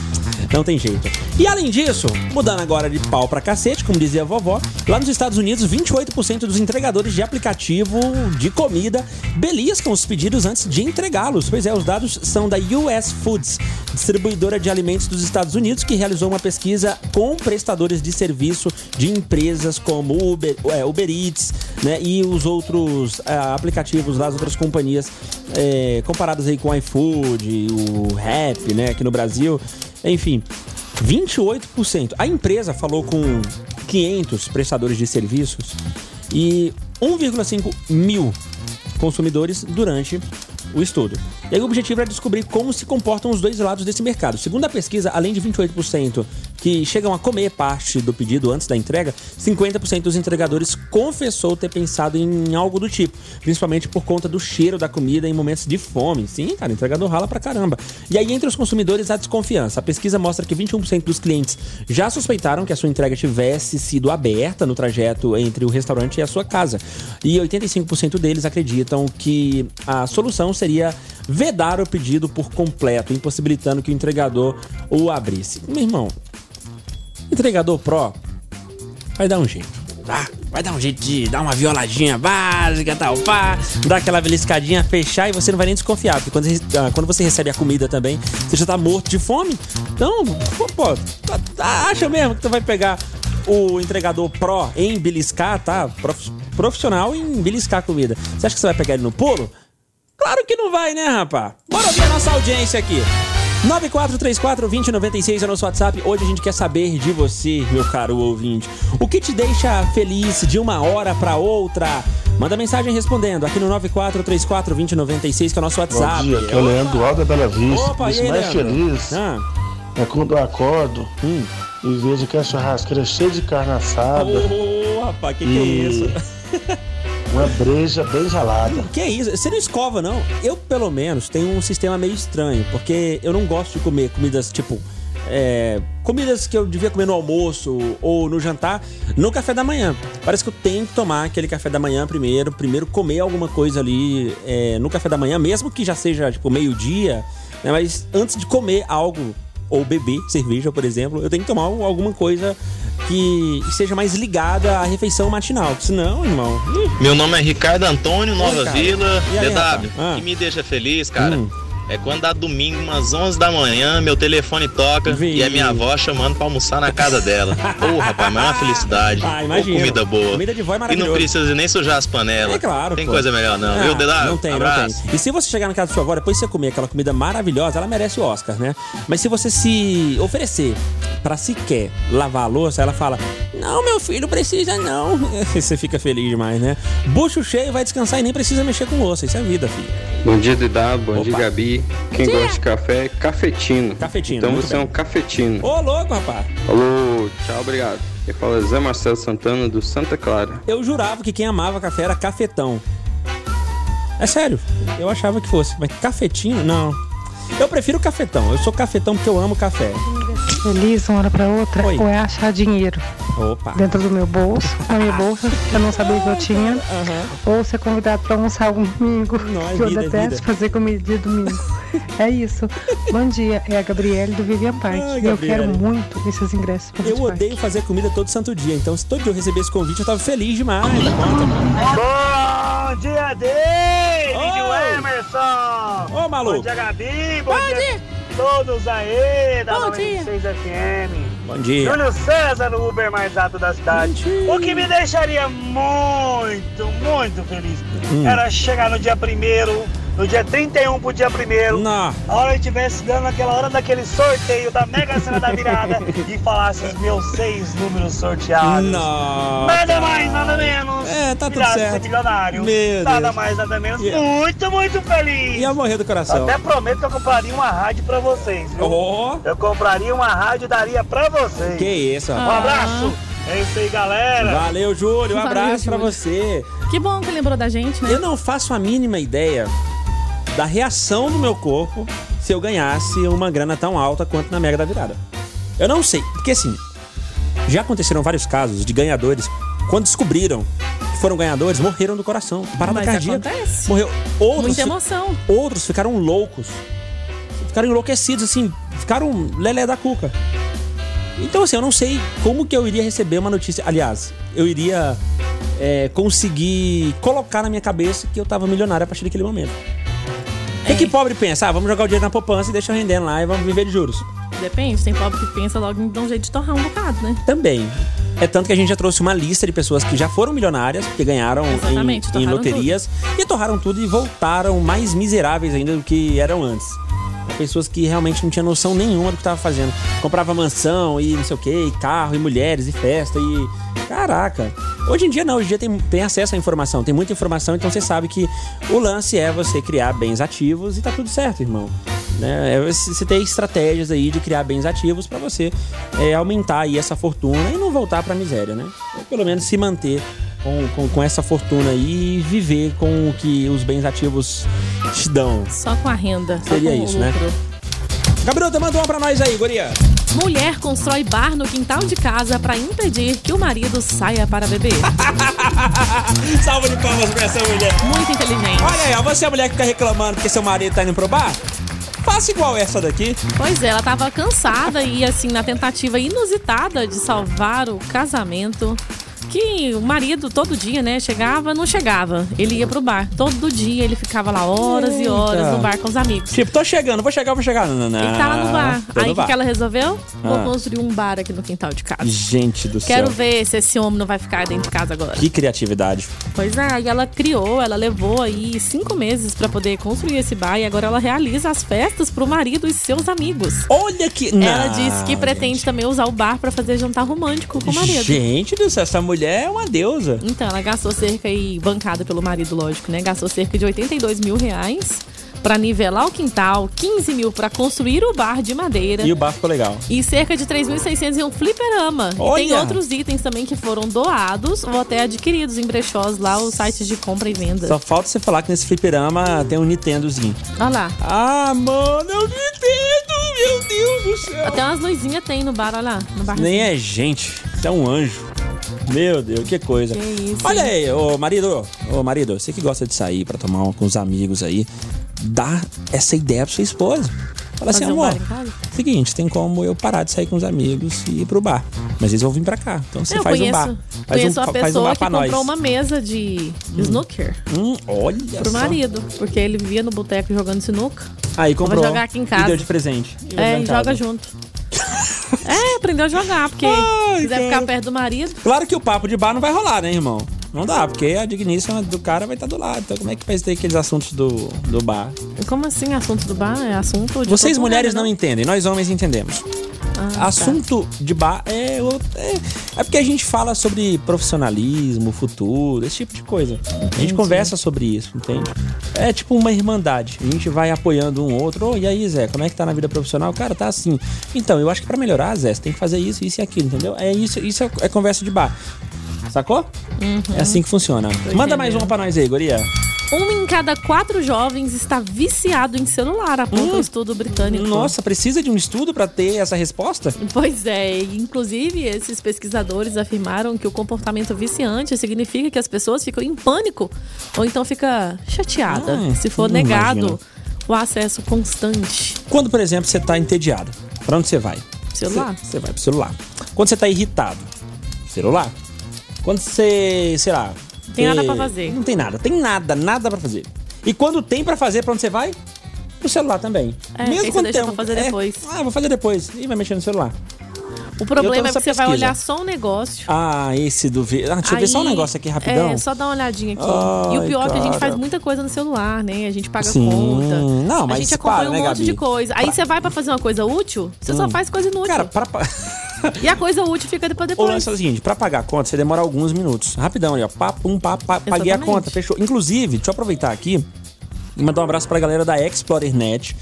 Não tem jeito. E além disso, mudando agora de pau pra cacete, como dizia a vovó, lá nos Estados Unidos, 28% dos entregadores de aplicativo de comida beliscam os pedidos antes de entregá-los. Pois é, os dados são da US Foods, distribuidora de alimentos dos Estados Unidos, que realizou uma pesquisa com prestadores de serviço de empresas como Uber, é, Uber Eats né, e os outros é, aplicativos lá, as outras companhias é, comparadas aí com o iFood, o Rap, né, aqui no Brasil. Enfim, 28%. A empresa falou com 500 prestadores de serviços e 1,5 mil consumidores durante o estudo. E aí o objetivo é descobrir como se comportam os dois lados desse mercado. Segundo a pesquisa, além de 28% que chegam a comer parte do pedido antes da entrega, 50% dos entregadores confessou ter pensado em algo do tipo, principalmente por conta do cheiro da comida em momentos de fome. Sim, cara, entregador rala pra caramba. E aí entre os consumidores há desconfiança. A pesquisa mostra que 21% dos clientes já suspeitaram que a sua entrega tivesse sido aberta no trajeto entre o restaurante e a sua casa. E 85% deles acreditam que a solução seria vedar o pedido por completo, impossibilitando que o entregador o abrisse. Meu irmão, entregador pró vai dar um jeito. Tá? Vai dar um jeito de dar uma violadinha básica, tal, pá, dar aquela beliscadinha, fechar e você não vai nem desconfiar, porque quando, ah, quando você recebe a comida também, você já tá morto de fome. Então, pô, pô, tá- tá- acha mesmo que tu vai pegar o entregador pró em beliscar, tá? Prof- Profissional em beliscar a comida. Você acha que você vai pegar ele no pulo? Claro que não vai, né, rapá? Bora ver a nossa audiência aqui. 94342096 é o nosso WhatsApp. Hoje a gente quer saber de você, meu caro ouvinte. O que te deixa feliz de uma hora pra outra? Manda mensagem respondendo aqui no 94342096, que é o nosso Bom WhatsApp. dia, aqui é o Leandro Alda Bela Vista. Opa, e Isso aí, mais Leandro? feliz Ah, é quando eu acordo hum. e vejo que a churrasqueira é cheia de carne assada, Ô, rapaz, que que é E- isso? uma breja bem gelada. Que é isso? Você não escova, não? Eu, pelo menos, tenho um sistema meio estranho, porque eu não gosto de comer comidas tipo. é, comidas que eu devia comer no almoço ou no jantar, no café da manhã. Parece que eu tenho que tomar aquele café da manhã primeiro, primeiro comer alguma coisa ali é, no café da manhã, mesmo que já seja tipo meio-dia, né? Mas antes de comer algo ou beber cerveja, por exemplo, eu tenho que tomar alguma coisa que seja mais ligada à refeição matinal. Senão, irmão, ih, Meu nome é Ricardo Antônio, Nova cara. Vila, E aí, DW. rapaz? Ah. O que me deixa feliz, cara, Hum. é quando é dá domingo, umas 11 da manhã, meu telefone toca Vi. e a minha avó chamando pra almoçar na casa dela. Ô, rapaz, mas é uma felicidade. Ah, Ô, imagina. comida boa. Comida de vó é e não maravilhosa. precisa nem sujar as panelas. É claro, Tem pô. Ah, coisa melhor não, viu, DW? Não tem, Abraço. não tem. E se você chegar na casa da sua avó, depois você comer aquela comida maravilhosa, ela merece o Oscar, né? Mas se você se oferecer pra sequer lavar a louça, ela fala: Não, meu filho, precisa não. <laughs> você fica feliz demais, né? Bucho cheio, vai descansar e nem precisa mexer com louça. Isso é vida, filho. Bom dia, Didá. Bom Opa. dia, Gabi. Quem gosta de café é cafetino. Cafetino, Então muito você é bem. um cafetino. Ô, louco, rapaz. Alô, tchau, obrigado. Quem fala é Zé Marcelo Santana, do Santa Clara. Eu jurava que quem amava café era cafetão. É sério, eu achava que fosse, mas cafetinho, não. Eu prefiro cafetão. Eu sou cafetão porque eu amo café. Feliz uma hora pra outra Oi. ou é achar dinheiro Opa. dentro do meu bolso, na minha bolsa, pra não saber que eu tinha, Ah. Aham. ou ser convidado pra almoçar algum domingo, Não, é que eu vida, é detesto vida. fazer comida de <laughs> domingo. É isso. Bom dia, é a Gabriele do Vivian Park. Ah, eu quero Gabriele. muito esses ingressos para Eu odeio fazer comida todo santo dia, então se todo dia eu receber esse convite, eu tava feliz demais. Bom dia, David Ô! Emerson! Ô, maluco! Gabi! Bom dia! todos aí da Bom dia. 96 FM. Bom dia. Júlio César, o Uber mais alto da cidade. Mentira. O que me deixaria muito, muito feliz Hum. era chegar no dia 1 no dia 31 pro dia 1 Não. a hora que estivesse dando aquela hora daquele sorteio da Mega Sena da <laughs> Virada e falasse os meus seis números sorteados. Não. Nada mais, nada menos. É, tá tudo Virasse certo. milionário. Meu nada Deus. mais, nada menos. E- Muito, muito feliz. Ia morrer do coração. Até prometo que eu compraria uma rádio pra vocês, viu? Ó, Eu compraria uma rádio e daria pra vocês. Oh. que isso, Ah. Um abraço. É isso aí, galera. Valeu, Júlio. Um Valeu, abraço pra Júlio. você. Que bom que lembrou da gente, né? Eu não faço a mínima ideia da reação do meu corpo se eu ganhasse uma grana tão alta quanto na Mega da Virada. Eu não sei, porque assim, já aconteceram vários casos de ganhadores, quando descobriram que foram ganhadores, morreram do coração. Parada Mas cardíaca. acontece. Morreu. Outros, Muita fi- emoção. outros ficaram loucos. ficaram enlouquecidos, assim, ficaram lelé da cuca. Então, assim, eu não sei como que eu iria receber uma notícia. Aliás, eu iria é, conseguir colocar na minha cabeça que eu tava milionário a partir daquele momento. O É. que, que pobre pensa? Ah, vamos jogar o dinheiro na poupança e deixa rendendo lá e vamos viver de juros. Depende, tem pobre que pensa logo em dar um jeito de torrar um bocado, né? Também. É tanto que a gente já trouxe uma lista de pessoas que já foram milionárias, que ganharam em, Exatamente, em torraram loterias e torraram tudo e voltaram mais miseráveis ainda do que eram antes. Pessoas que realmente não tinham noção nenhuma do que estava fazendo. Comprava mansão e não sei o que, e carro, e mulheres, e festa, e. Caraca! Hoje em dia não, hoje em dia tem, tem acesso à informação, tem muita informação, então você sabe que o lance é você criar bens ativos e tá tudo certo, irmão. Né? É você você ter estratégias aí de criar bens ativos para você é, aumentar aí essa fortuna e não voltar pra miséria, né? Ou pelo menos se manter com, com, com essa fortuna aí e viver com o que os bens ativos te dão. Só com a renda. só Seria com o isso, né? lucro. Gabriota, manda uma pra nós aí, guria. <laughs> Mulher constrói bar no quintal de casa para impedir que o marido saia para beber. Salva de palmas pra essa mulher. Muito inteligente. Olha aí, ó, você é a mulher que fica reclamando porque seu marido tá indo pro bar? Faça igual essa daqui. Pois é, ela tava cansada e assim, na tentativa inusitada de salvar o casamento. Que o marido todo dia, né, chegava, não chegava. Ele ia pro bar. Todo dia ele ficava lá horas e horas Eita. no bar com os amigos. Tipo, tô chegando, vou chegar, vou chegar. Não, não, não. Ele tá lá no bar. Tô Aí no o que, bar. que ela resolveu? Ah. Vou construir um bar aqui no quintal de casa. Gente do Quero céu. ver se esse homem não vai ficar dentro de casa agora. Que criatividade. Pois é, e ela criou, ela levou aí cinco meses pra poder construir esse bar e agora ela realiza as festas pro marido e seus amigos. Olha que. Ela Não, disse que pretende também usar o bar pra fazer jantar romântico com o marido. Gente do céu, essa mulher é uma deusa. Então, ela gastou cerca e bancada pelo marido, lógico, né? Gastou cerca de 82 mil reais pra nivelar o quintal, 15 mil pra construir o bar de madeira. E o bar ficou legal. E cerca de 3.600 em um fliperama. E tem Olha! outros itens também que foram doados ou até adquiridos em brechós lá, os sites de compra e venda. Só falta você falar que nesse fliperama tem um Nintendozinho. Olha lá. Ah, mano, eu me entendo, meu Deus do céu. Até umas luzinhas tem no bar, olha lá. No bar. Nem é gente, você é um anjo. Meu Deus, que coisa. Que isso, Olha hein? aí, ô marido, ô marido, você que gosta de sair pra tomar uma com os amigos aí, dá essa ideia pra sua esposa. Fala assim, Fazer um amor, bar em casa? seguinte, tem como eu parar de sair com os amigos e ir pro bar. Mas eles vão vir pra cá, então você Eu faz conheço, um bar. Faz conheço um, uma fa- faz um pessoa bar que pra comprou nós. uma mesa de snooker Hum, olha pro só. marido, porque ele via no boteco jogando sinuca. Aí comprou Vou jogar aqui em casa. e deu de presente. E É, jogou e em casa. joga <laughs> junto. é, aprendeu a jogar, porque Ai, se quiser cara. ficar perto do marido, Claro que o papo de bar não vai rolar, né, irmão? Não dá, porque a digníssima do cara vai estar do lado. Então como é que vai ter aqueles assuntos do, do bar? como assim assunto do bar é assunto de Vocês todo mulheres não mundo, né? entendem, nós homens entendemos. Ah, tá. Assunto de bar é, o- é. É porque a gente fala sobre profissionalismo, futuro, esse tipo de coisa. A gente conversa sobre isso, entende? É tipo uma irmandade. A gente vai apoiando um outro. Ô, e aí, Zé, como é que tá na vida profissional? Cara, tá assim. Então, eu acho que pra melhorar, Zé, você tem que fazer isso, isso e aquilo, entendeu? É isso, isso é, é conversa de bar. Sacou? É assim que funciona. Manda mais uma pra nós aí, Goria. Um em cada quatro jovens está viciado em celular, aponta Hum. o estudo britânico. Nossa, precisa de um estudo pra ter essa resposta? Pois é, e, inclusive esses pesquisadores afirmaram que o comportamento viciante significa que as pessoas ficam em pânico ou então fica chateada Ah, se for não negado imagino. o acesso constante. Quando, por exemplo, você tá entediado, pra onde você vai? Celular. Você, você vai pro celular. Quando você tá irritado, celular. Quando você, sei lá. Tem você- nada pra fazer. Não tem nada, tem nada, nada pra fazer. E quando tem pra fazer, pra onde você vai? Pro celular também. É, que aí você deixa pra fazer é, depois. ah, vou fazer depois. E vai mexer no celular. O problema é nessa que você vai pesquisa. olhar só um negócio. Ah, esse do. vi- Ah, deixa eu ver só um aí- negócio aqui rapidão. É, só dá uma olhadinha aqui. Ai, e o pior é que a gente cara. faz muita coisa no celular, né? A gente paga Sim. conta. Não, a mas gente acompanha para, um né, monte de Gabi? coisa. Aí você vai pra fazer uma coisa útil, você só Hum. faz coisa inútil. Cara, pra. <laughs> pra- <laughs> E a coisa útil fica O depois depois. lance é o seguinte, pra pagar a conta, você demora alguns minutos. Rapidão ali, ó. Pá, pum, pá, pá, paguei a Exatamente. conta, fechou. Inclusive, deixa eu aproveitar aqui e mandar um abraço pra galera da ExplorerNet,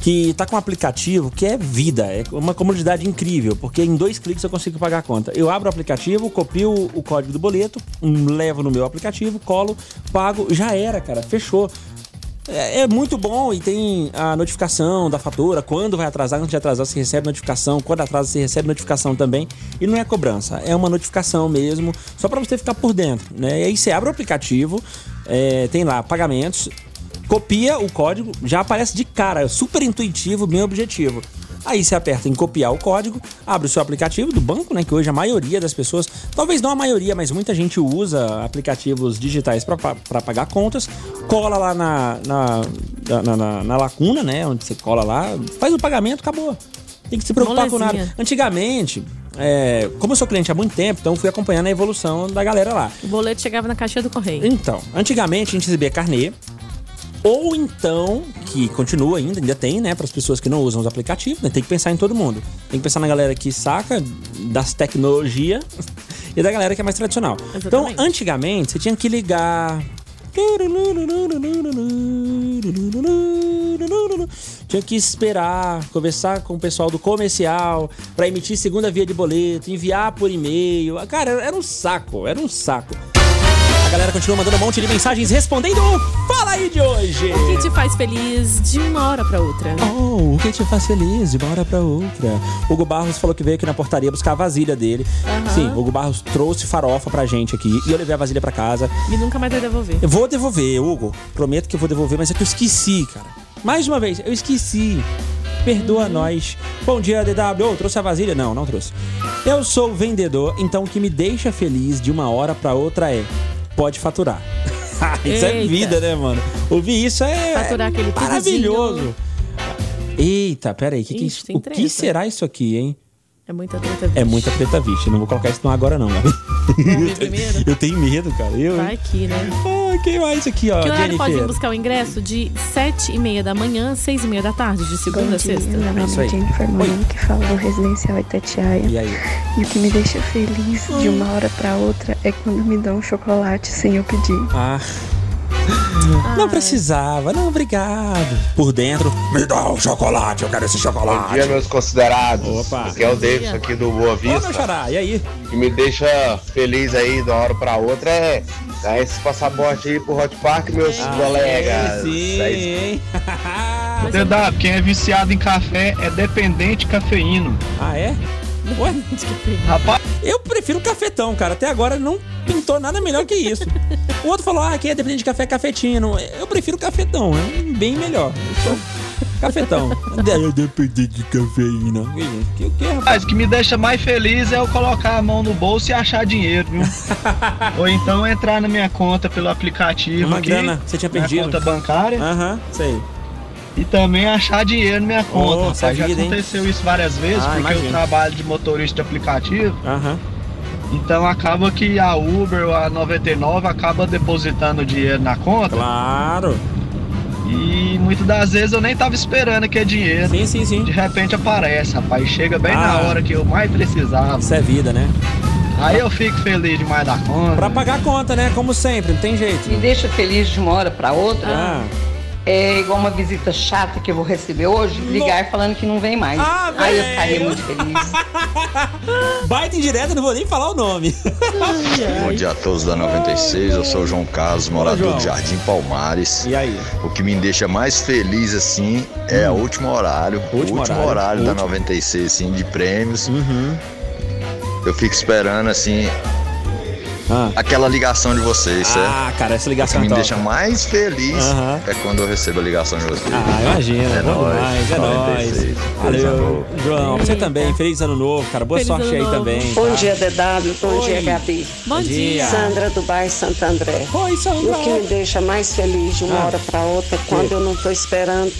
que tá com um aplicativo que é vida, é uma comodidade incrível, porque em dois cliques eu consigo pagar a conta. Eu abro o aplicativo, copio o código do boleto, hum, levo no meu aplicativo, colo, pago, já era, cara, fechou. É, é muito bom e tem a notificação da fatura, quando vai atrasar, antes de atrasar você recebe notificação, quando atrasa você recebe notificação também. E não é cobrança, é uma notificação mesmo, só pra você ficar por dentro, né? E aí você abre o aplicativo, é, tem lá pagamentos, copia o código, já aparece de cara, é super intuitivo, bem objetivo. Aí você aperta em copiar o código, abre o seu aplicativo do banco, né? Que hoje a maioria das pessoas, talvez não a maioria, mas muita gente usa aplicativos digitais para pagar contas, cola lá na na, na, na, na lacuna, né? Onde você cola lá, faz o pagamento, acabou. Tem que se preocupar com Molezinha. nada. Antigamente, é, como eu sou cliente há muito tempo, então eu fui acompanhando a evolução da galera lá. O boleto chegava na caixinha do correio. Então, antigamente a gente recebia carnê, ou então, que continua ainda, ainda tem, né, para as pessoas que não usam os aplicativos, né, tem que pensar em todo mundo. Tem que pensar na galera que saca das tecnologias <laughs> e da galera que é mais tradicional. Então, antigamente, você tinha que ligar. Tinha que esperar, conversar com o pessoal do comercial para emitir segunda via de boleto, enviar por e-mail. Cara, era um saco, era um saco. A galera continua mandando um monte de mensagens respondendo o Fala aí de hoje! O que te faz feliz de uma hora pra outra? Oh, o que te faz feliz de uma hora pra outra? Hugo Barros falou que veio aqui na portaria buscar a vasilha dele. Aham. Sim, Hugo Barros trouxe farofa pra gente aqui e eu levei a vasilha pra casa. E nunca mais vai devolver. Eu vou devolver, Hugo. Prometo que eu vou devolver, mas é que eu esqueci, cara. Mais uma vez, eu esqueci. Perdoa nós. Bom dia, DW. Ô, trouxe a vasilha? Não, não trouxe. Eu sou vendedor, então o que me deixa feliz de uma hora pra outra é: pode faturar. <laughs> isso é Eita. vida, né, mano? Ouvir isso é Faturar aquele maravilhoso. Eita, peraí. Que que é Ixi, isso? tem o treta. que será isso aqui, hein? É muita treta. É muita preta vista. Não vou colocar isso no ar agora, não, Gabi. primeiro? <laughs> Eu tenho medo, cara. Eu, Vai aqui, né? Ah, quem mais aqui, ó? Que horário pode vir Jennifer. buscar o ingresso? De 7 e meia da manhã, 6 e meia da tarde, de segunda Bom dia, a sexta. meu nome é um Jennifer Moreno, que fala do Residencial Itatiaia. E é aí? E o que me deixa feliz de uma hora pra outra é quando me dão um chocolate sem eu pedir. Ah. Não precisava, não, obrigado. Por dentro, me dá um chocolate, eu quero esse chocolate. Bom dia, meus considerados. Opa. Aqui é o Bom dia. Davis, aqui do Boa Ô, meu Vista. xará, e aí? O que me deixa feliz aí de uma hora pra outra é dar esse passaporte aí pro Hot Park, meus colegas. Ah, Sim, É isso. DW, quem é viciado em café é dependente de cafeína. <laughs> Ah, é? Ué? Rapaz, eu prefiro cafetão, cara. Até agora não pintou nada melhor que isso. O outro falou, ah, aqui é dependente de café, é cafetino. Eu prefiro cafetão, é bem melhor. Eu sou <laughs> cafetão. É dependente de cafeína. Que o que, Mas o que me deixa mais feliz é eu colocar a mão no bolso e achar dinheiro, <laughs> viu? Ou então entrar na minha conta pelo aplicativo. Uma aqui, grana que você tinha Hum, perdido. Minha conta bancária. Aham, sei. E também achar dinheiro na minha conta. Nossa rapaz. Já vida, hein? aconteceu isso várias vezes, Ah, porque imagino. eu trabalho de motorista de aplicativo. Aham. Então acaba que a Uber ou a 99 acaba depositando dinheiro na conta. Claro. E muitas das vezes eu nem tava esperando que é dinheiro. Sim, sim, sim. De repente aparece, rapaz. Chega bem na Ah. hora que eu mais precisava. Isso é vida, né? Aí eu fico feliz demais da conta. Pra pagar a conta, né? Como sempre, não tem jeito. Me deixa feliz de uma hora pra outra. Ah. É igual uma visita chata que eu vou receber hoje, ligar falando que não vem mais. Ah, Aí eu velho. ficaria muito feliz. <laughs> Baita indireta, não vou nem falar o nome. <laughs> Bom dia a todos da 96, eu sou o João Carlos, morador João. do Jardim Palmares. E aí? O que me deixa mais feliz, assim, é o último horário. o último horário, horário, da último. Uhum. 96, assim, de prêmios. Eu fico esperando, assim, aquela ligação de vocês, certo? Ah, cara, essa ligação O que me é top. deixa mais feliz Aham. é quando eu recebo a ligação de vocês. Ah, imagina, É bom demais, é nóis. 96. Feliz ano novo. Valeu, João. Você também, feliz ano novo, cara. Boa Feliz sorte ano aí novo. também. Bom tá? dia, DW. Bom Oi. dia, Gabi. Bom dia. Sandra do bairro Santo André. Oi, Sandra. O que me deixa mais feliz de uma Ah. hora para outra é quando eu não estou esperando,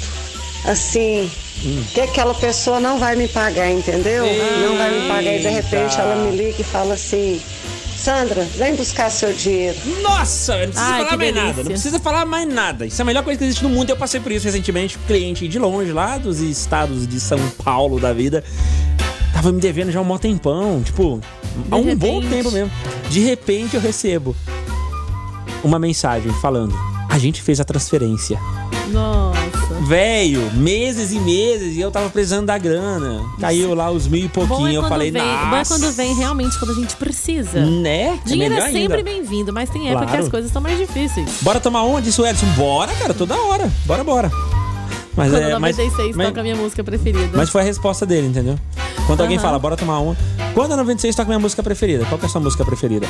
assim, que aquela pessoa não vai me pagar, entendeu? Não vai me pagar e de repente Eita. ela me liga e fala assim: Sandra, vem buscar seu dinheiro. Nossa, não precisa Ai, que falar mais delícia. nada. Não precisa falar mais nada. Isso é a melhor coisa que existe no mundo. Eu passei por isso recentemente. Um Cliente de longe, lá dos estados de São Paulo da vida, tava me devendo já um mó tempão. Tipo, há um bom tempo mesmo. De repente eu recebo uma mensagem falando: a gente fez a transferência. Nossa. Velho, meses e meses e eu tava precisando da grana. Caiu lá os mil e Bom pouquinho. é, eu quando falei, vem, nossa. bom é quando vem realmente quando a gente precisa. Né? É Dinheiro é, melhor sempre ainda. bem-vindo, mas tem época Claro. que as coisas estão mais difíceis. Bora tomar uma, disse o Edson. Bora, cara, toda hora. Bora, bora. Mas quando é. Mas, 96 mas, toca a minha música preferida. mas foi a resposta dele, entendeu? Quando alguém Aham. fala, bora tomar uma. Quando tá a 96 toca minha música preferida? Qual que é a sua música preferida?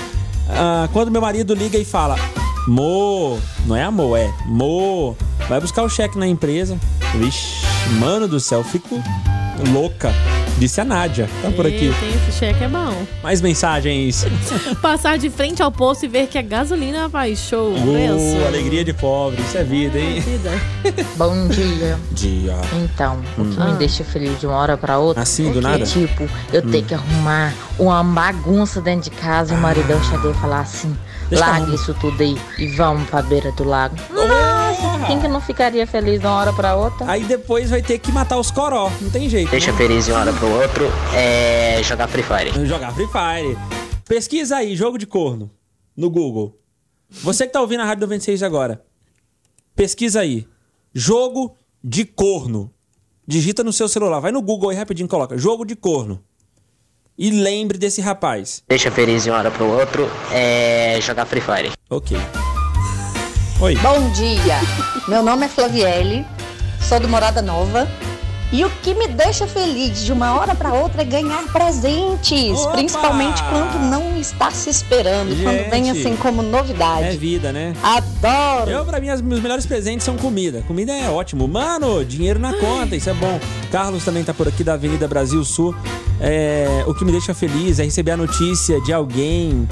Ah, quando meu marido liga e fala, Mo, não é amor, é Mo, Vai buscar o cheque na empresa. Vixe, mano do céu, fico louca. Disse a Nádia. Tá por aqui. Eita, esse cheque é bom. Mais mensagens. Passar de frente ao posto e ver que a gasolina baixou o preço. Uh, alegria de pobre. Isso é vida, hein? <laughs> Vida. Bom dia. Dia. Então, o que Hum. me deixa feliz de uma hora pra outra Assim, do é nada? tipo, eu Hum. tenho que arrumar uma bagunça dentro de casa e o maridão chegar e falar assim, Deixa eu larga arrumar." isso tudo aí e vamos pra beira do lago. Ah. Nossa, quem que não ficaria feliz de uma hora pra outra? Aí depois vai ter que matar os coró. Não tem jeito. né? Deixa feliz de uma hora pro outro é jogar Free Fire. Jogar Free Fire. Pesquisa aí, jogo de corno, no Google. Você que tá ouvindo a Rádio 96 agora, pesquisa aí. Jogo de corno. Digita no seu celular, vai no Google aí rapidinho e coloca jogo de corno. E lembre desse rapaz. Deixa feliz de uma hora pro outro é jogar Free Fire. Ok. Oi. Bom dia, meu nome é Flaviele, sou do Morada Nova. E o que me deixa feliz de uma hora para outra é ganhar presentes, Opa! principalmente quando não está se esperando, quando vem Gente. assim como É novidade. vida, né? Adoro! Eu, pra mim, as- meus melhores presentes são comida. Comida é ótimo. Mano, dinheiro na conta, isso é bom. Carlos também tá por aqui da Avenida Brasil Sul. É, o que me deixa feliz é receber a notícia de alguém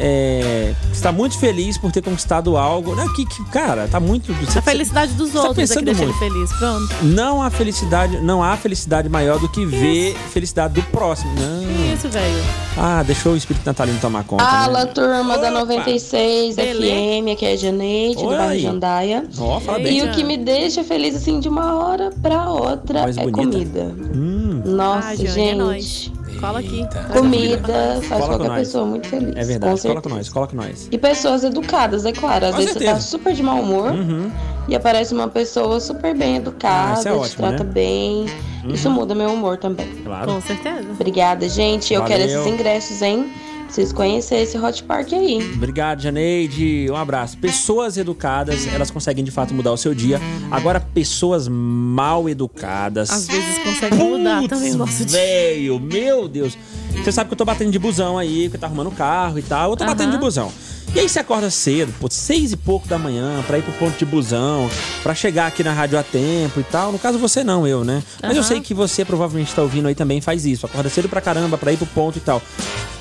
é, que está muito feliz por ter conquistado algo. Não, que, que, cara, tá muito. A felicidade dos outros é que tá pensando deixa muito. ele feliz. Pronto. Não há felicidade, não há felicidade maior do que ver felicidade do próximo. Que Não. isso, velho? Ah, deixou o espírito natalino tomar conta. Fala, né? turma da 96 Belê. FM, aqui é a Janete, Oi. do bairro Jandaia. Ó, fala bem. E o que me deixa feliz, assim, de uma hora pra outra Voz é bonita. comida. Hum. Nossa, Ah, Jane, é gente. nóis. Cola aqui. Comida faz Cola com qualquer nós. pessoa muito feliz. É com verdade, certeza. coloca nós, coloca nós. E pessoas educadas, é claro. Às Com vezes você tá certeza. super de mau humor Uhum. e aparece uma pessoa super bem Ah, educada, isso é te ótimo, trata né? bem. Isso Uhum. muda meu humor também. Claro. Com certeza. Obrigada, gente. Eu quero assim. Valeu. esses ingressos, hein? Preciso conhecer esse Hot Park aí. Obrigado, Janeide. Um abraço. Pessoas educadas, elas conseguem de fato mudar o seu dia. Agora, pessoas mal educadas. Às vezes consegue mudar também o nosso dia. Velho, meu Deus. Você sabe que eu tô batendo de busão aí, que eu tá arrumando carro e tal. Eu tô batendo de busão. E aí você acorda cedo, pô, seis e pouco da manhã, pra ir pro ponto de busão, pra chegar aqui na rádio a tempo e tal. No caso, você não, eu, né? Mas eu Aham. sei que você provavelmente tá ouvindo aí também faz isso. Acorda cedo pra caramba, pra ir pro ponto e tal.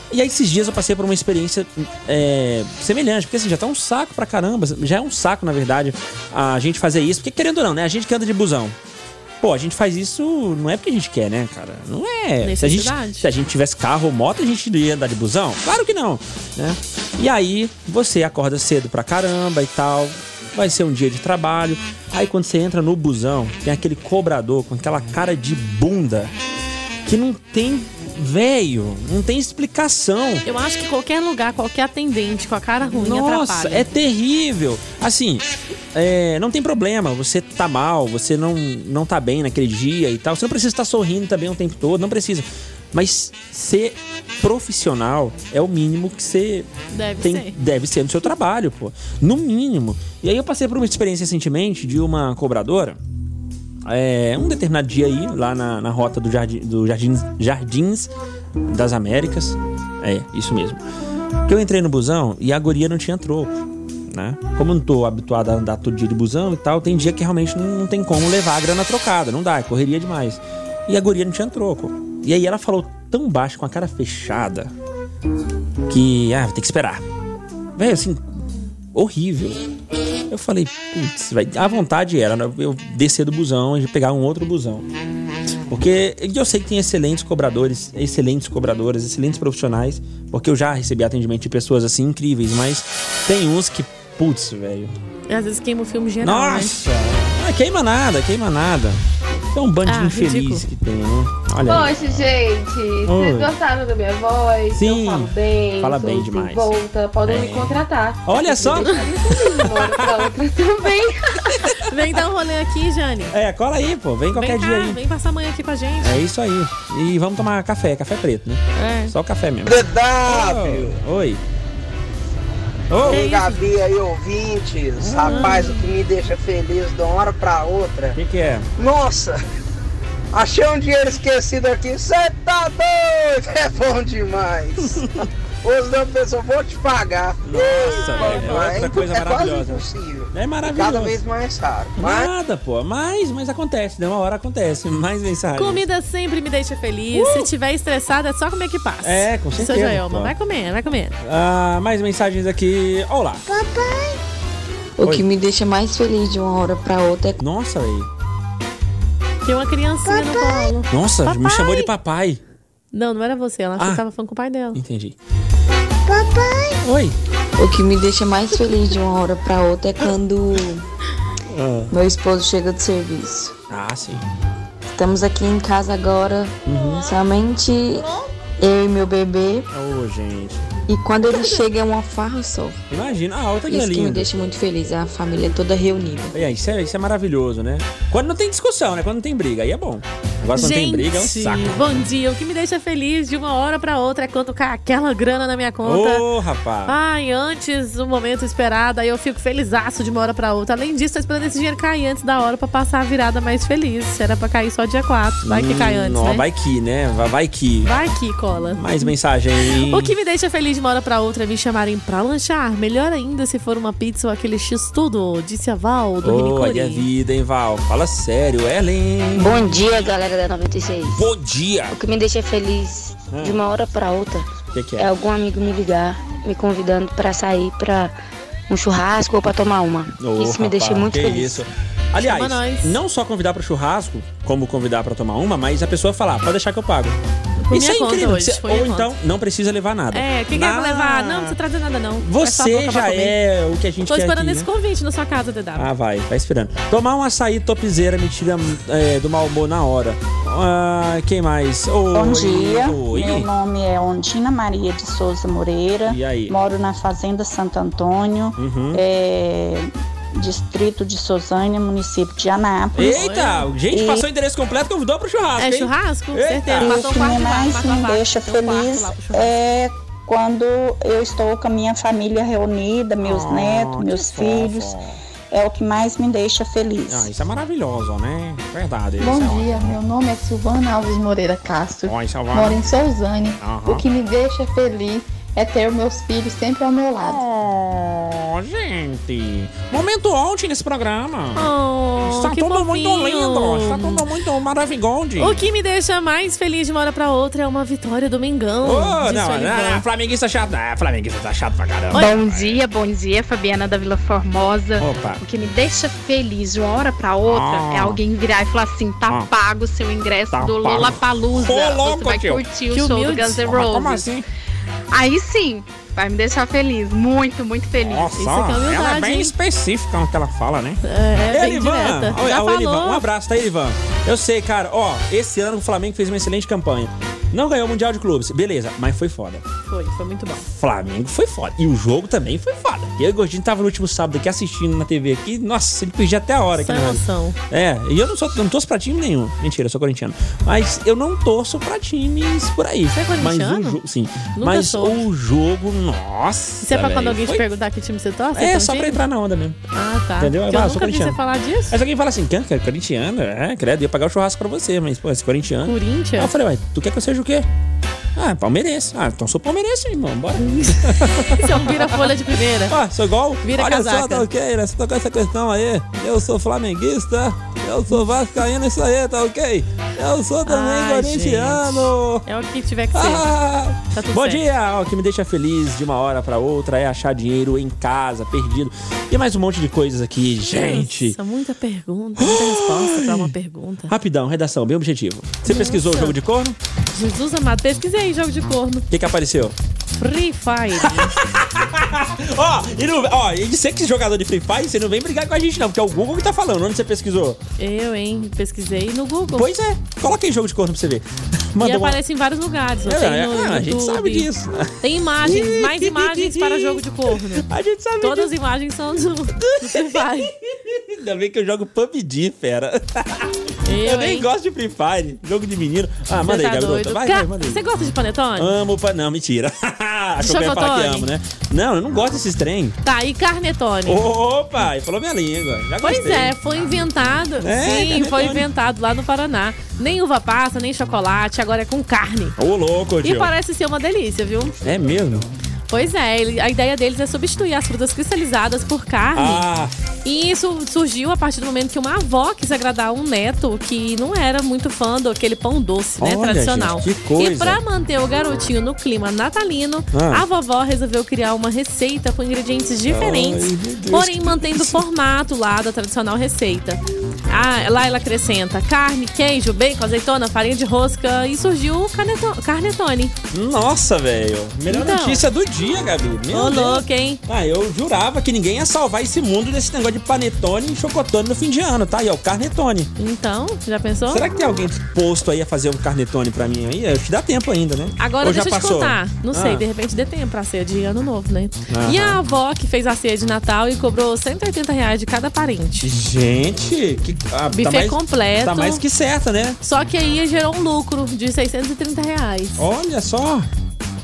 E aí esses dias eu passei por uma experiência é, semelhante, porque assim, já tá um saco pra caramba. Já é um saco, na verdade, a gente fazer isso. Porque querendo ou não, né? A gente que anda de busão. Pô, a gente faz isso não é porque a gente quer, né, cara? Não é. Se a, gente, Necessidade. se a gente tivesse carro ou moto, a gente ia andar de busão? Claro que não, né? E aí, você acorda cedo pra caramba e tal. Vai ser um dia de trabalho. Aí, quando você entra no busão, tem aquele cobrador com aquela cara de bunda que não tem. Velho, não tem explicação. Eu acho que qualquer lugar, qualquer atendente com a cara ruim Nossa, atrapalha. é terrível. Assim, é, não tem problema. Você tá mal, você não, não tá bem naquele dia e tal. Você não precisa estar sorrindo também o tempo todo, não precisa. Mas ser profissional é o mínimo que você Deve ser. deve ser no seu trabalho, pô. No mínimo. E aí eu passei por uma experiência recentemente de uma cobradora. É, um determinado dia aí, lá na, na rota do, jardim, do Jardins, Jardins das Américas. É, isso mesmo. Que eu entrei no busão e a guria não tinha troco. Né? Como eu não tô habituado a andar todo dia de busão e tal, tem dia que realmente não, não tem como levar a grana trocada. Não dá, é correria demais. E a guria não tinha troco. E aí ela falou tão baixo, com a cara fechada, que, ah, vou ter que esperar. Velho, assim, horrível. Eu falei, putz, velho, a vontade era né, eu descer do busão e pegar um outro busão. Porque eu sei que tem excelentes cobradores, excelentes cobradoras, excelentes profissionais, porque eu já recebi atendimento de pessoas assim incríveis, mas tem uns que, putz, velho. E Às vezes queima o filme geral, né? Nossa! Ah, queima nada, queima nada. É um bando de Ah, infeliz que tem, né? Olha. aí. Hoje, gente, Oi. vocês gostaram da minha voz? Sim. Eu falo bem. Fala sou bem sem demais. Volta, podem É. me contratar. Olha só! <laughs> Vem, vem dar um rolê aqui, Jane. É, cola aí, pô. Vem qualquer vem cá, dia aí. vem passar amanhã aqui com a gente. É isso aí. E vamos tomar café, café preto, né? É. Só o café mesmo. DW! Oi. Oi, Gabi aí, ouvintes. Ah. Rapaz, o que me deixa feliz de uma hora pra outra. O que, que é? Nossa! <laughs> <laughs> Achei um dinheiro esquecido aqui. Você tá doido? É bom demais. Ou senão a pessoa, vou te pagar. Nossa, É, Ih, velho, papai, outra coisa é quase maravilhosa. impossível. É maravilhoso. Cada vez mais raro. Mas Nada, pô. Mas, mas acontece, né? Uma hora acontece. Mais mensagens. É. Comida sempre me deixa feliz. Se tiver estressada, é só comer que passa. Uh! É, com certeza, Seu Joelma, pô. vai comendo, vai comendo. Ah, mais mensagens aqui. Olá. Papai! O que me deixa mais feliz de uma hora pra outra é. Nossa, velho. Tem uma criancinha no colo. Nossa, me Papai! chamou de papai. Não, não era você. Ela achou Ah. que tava falando com o pai dela. Entendi. Papai! Oi. O que me deixa mais feliz de uma hora pra outra é quando meu esposo chega do serviço. Ah, sim. Estamos aqui em casa agora, Uhum. somente eu e meu bebê. Ô, É gente. E quando ele chega é uma farra só. Imagina. Ah, outra Isso que me galinha. deixa muito feliz, é a família toda reunida. E aí, isso, é, isso é maravilhoso, né? Quando não tem discussão, né? Quando não tem briga, aí é bom. Agora quando tem Gente, briga é um saco. bom dia. O que me deixa feliz de uma hora pra outra é quando cai aquela grana na minha conta. Ah, Ô, rapaz. Ai, antes do momento esperado, aí eu fico felizaço de uma hora pra outra. Além disso, tô esperando esse dinheiro cair antes da hora pra passar a virada mais feliz. Era pra cair só dia 4. Vai que Hum, cai antes, Não, né? vai que, né? Vai, vai que. Vai que cola. Mais mensagem. O que me deixa feliz de uma hora pra outra é me chamarem pra lanchar. Melhor ainda se for uma pizza ou aquele X tudo, disse a Val Ô, do aí Rinicuri. é vida, hein, Val? Fala sério, Ellen. Bom dia, galera da 96. Bom dia. O que me deixa feliz Hum. de uma hora pra outra O que, que é é? algum amigo me ligar, me convidando pra sair pra um churrasco ou pra tomar uma. Ô, isso me rapaz, deixa muito que feliz. Isso. Aliás, Chama nós. não só convidar para churrasco, como convidar para tomar uma, mas a pessoa falar, pode deixar que eu pago. Foi isso minha é conta incrível. hoje, Você- foi ou minha então, conta. não precisa levar nada. É, quem quer Na- levar? Não, não precisa trazer nada, não. É só a Ah. Você boca pra já comer. é o que a gente Tô quer esperando aqui, esse né? convite na sua casa, DW. Ah, vai, vai esperando. Tomar um açaí topzeira me tira é, do mau humor na hora. Ah, quem mais? Oi, Bom dia, Oi. meu nome é Ondina Maria de Souza é Moreira, E aí? moro na Fazenda Santo Antônio, Uhum. é, distrito de Sozânia, município de Anápolis. Eita, gente, E- passou o endereço completo, convidou pro churrasco, É hein? churrasco? Eita. Certeza, matou um quarto lá, matou um quarto, deixa feliz é quando eu estou com a minha família reunida, meus Ah, netos, que meus fofo. filhos. É o que mais me deixa feliz. Ah, isso é maravilhoso, né? Verdade. Bom isso é dia, meu nome é Silvana Alves Moreira Castro. Oi, Silvana. Moro em Souzane. Aham. O que me deixa feliz é ter meus filhos sempre ao meu lado. Oh, gente. Momento ontem nesse programa. Ah, Está Oh, que tudo muito fofinho. lindo. Está tudo muito maravilhoso. O que me deixa mais feliz de uma hora pra outra é uma vitória do Mengão. Oh, disse não, o Olivan. ah, flamenguista chato. Ah, flamenguista tá chato pra caramba. Bom dia, bom dia, Fabiana da Vila Formosa. Opa. O que me deixa feliz de uma hora pra outra Ah. é alguém virar e falar assim: tá Ah. pago o seu ingresso Tá do pago. Lola Palusa. Ô, Você louco, vai tio. curtir Que o show do humilde. Guns N' Mas Roses. como assim? Aí sim, vai me deixar feliz, muito, muito feliz. Nossa, ela é bem específica no que ela fala, né? É, é bem direta. Olha, Já o falou. Elivan, um abraço, tá, Elivan? Eu sei, cara, ó, esse ano o Flamengo fez uma excelente campanha. Não ganhou o Mundial de Clubes, beleza, mas foi foda. Foi, foi muito bom. Flamengo foi foda. E o jogo também foi foda. E o Gordinho tava no último sábado aqui assistindo na TV aqui. Nossa, ele pedia até a hora aqui Sem na rádio. noção. É, e eu não, sou, não torço pra time nenhum. Mentira, eu sou corintiano. Mas eu não torço pra times por aí. Você é corintiano? Mas o jogo, sim. Nunca mas soube. o jogo, nossa. Isso é pra quando velho, alguém te foi- perguntar que time você torce? É, Então, só pra time? entrar na onda mesmo. Ah, tá. Entendeu? Porque Ah, eu sou nunca vi você corintiano. falar disso. Mas alguém fala assim, quem que é corintiano? É, credo, ia pagar o churrasco pra você, mas, pô, esse corintiano. Corinthians? <laughs> Aí eu falei, ué, tu quer que eu seja o quê? Ah, palmeirense. Ah, então sou palmeirense, irmão, bora. <laughs> Você é um vira-folha de primeira. Ah, sou igual? Vira Olha só, casaca. tá ok, né? Você tá com essa questão aí. Eu sou flamenguista, eu sou vascaíno, isso aí, tá ok? Eu sou também Ai, corintiano. gente. É o que tiver que ser. Ah. Tá tudo Bom certo. dia! O que me deixa feliz de uma hora pra outra é achar dinheiro em casa, perdido. E mais um monte de coisas aqui, gente. Nossa, muita pergunta, muita resposta <gasps> pra uma pergunta. Rapidão, redação, bem objetivo. Você pesquisou o Nossa. jogo de corno? Jesus amado, pesquisei aí jogo de corno. O que, que apareceu? Free Fire. Ó, e não, ó, e você que é jogador de Free Fire, você não vem brigar com a gente, não, porque é o Google que tá falando. Onde você pesquisou? Eu, hein, pesquisei no Google. Pois é, coloca aí jogo de corno pra <laughs> você ver. e Manda um uma- aparece em vários lugares. ó, É, tem é, no é, a gente YouTube. sabe disso. <laughs> Tem imagens, mais imagens para jogo de corno. A gente sabe né? Todas as <laughs> imagens são do, do Free Fire. Ainda bem que eu jogo PUBG, fera. Eu, nem hein? gosto de Free Fire. Jogo de menino. Ah, manda aí, Você tá garota. doido. Vai, Ca- vai, manda aí. Você gosta de panetone? Amo pra... Não, mentira. <laughs> Achou que eu ia falar que Chocotone. amo, né? Não, eu não gosto desses trem. Tá, e carnetone? Opa, ele falou minha língua. Já Pois gostei. é, foi inventado. É, Sim, carnetone. foi inventado lá no Paraná. Nem uva passa, nem chocolate, agora é com carne. Ô, louco, E tio. parece ser uma delícia, viu? É mesmo? Pois é, ele- a ideia deles é substituir as frutas cristalizadas por carne. Ah, E isso surgiu a partir do momento que uma avó quis agradar um neto que não era muito fã do aquele pão doce, né, Olha, tradicional. gente, que coisa. E pra manter o garotinho no clima natalino, Ah. a vovó resolveu criar uma receita com ingredientes diferentes, Ai, meu Deus, porém mantendo o formato lá da tradicional receita. Ah, lá ela acrescenta carne, queijo, bacon, azeitona, farinha de rosca e surgiu o caneto- carnetone. nossa, velho. Melhor Então. notícia do dia, Gabi. Meu Ô, Deus. louco, hein? Ah, eu jurava que ninguém ia salvar esse mundo desse negócio de panetone e chocotone no fim de ano, tá? E é o carnetone. Então, já pensou? Será que tem alguém disposto aí a fazer um carnetone pra mim aí? Acho que dá tempo ainda, né? Agora Ou já deixa eu te passou? contar. Não sei, Ah. tá. de repente dê tempo pra ceia de ano novo, né? Aham. E a avó que fez a ceia de Natal e cobrou 180 reais de cada parente. Ah, Gente, que. Ah, Buffet completo. Tá mais que certa, né? Só que aí gerou um lucro de 630 reais. Olha só.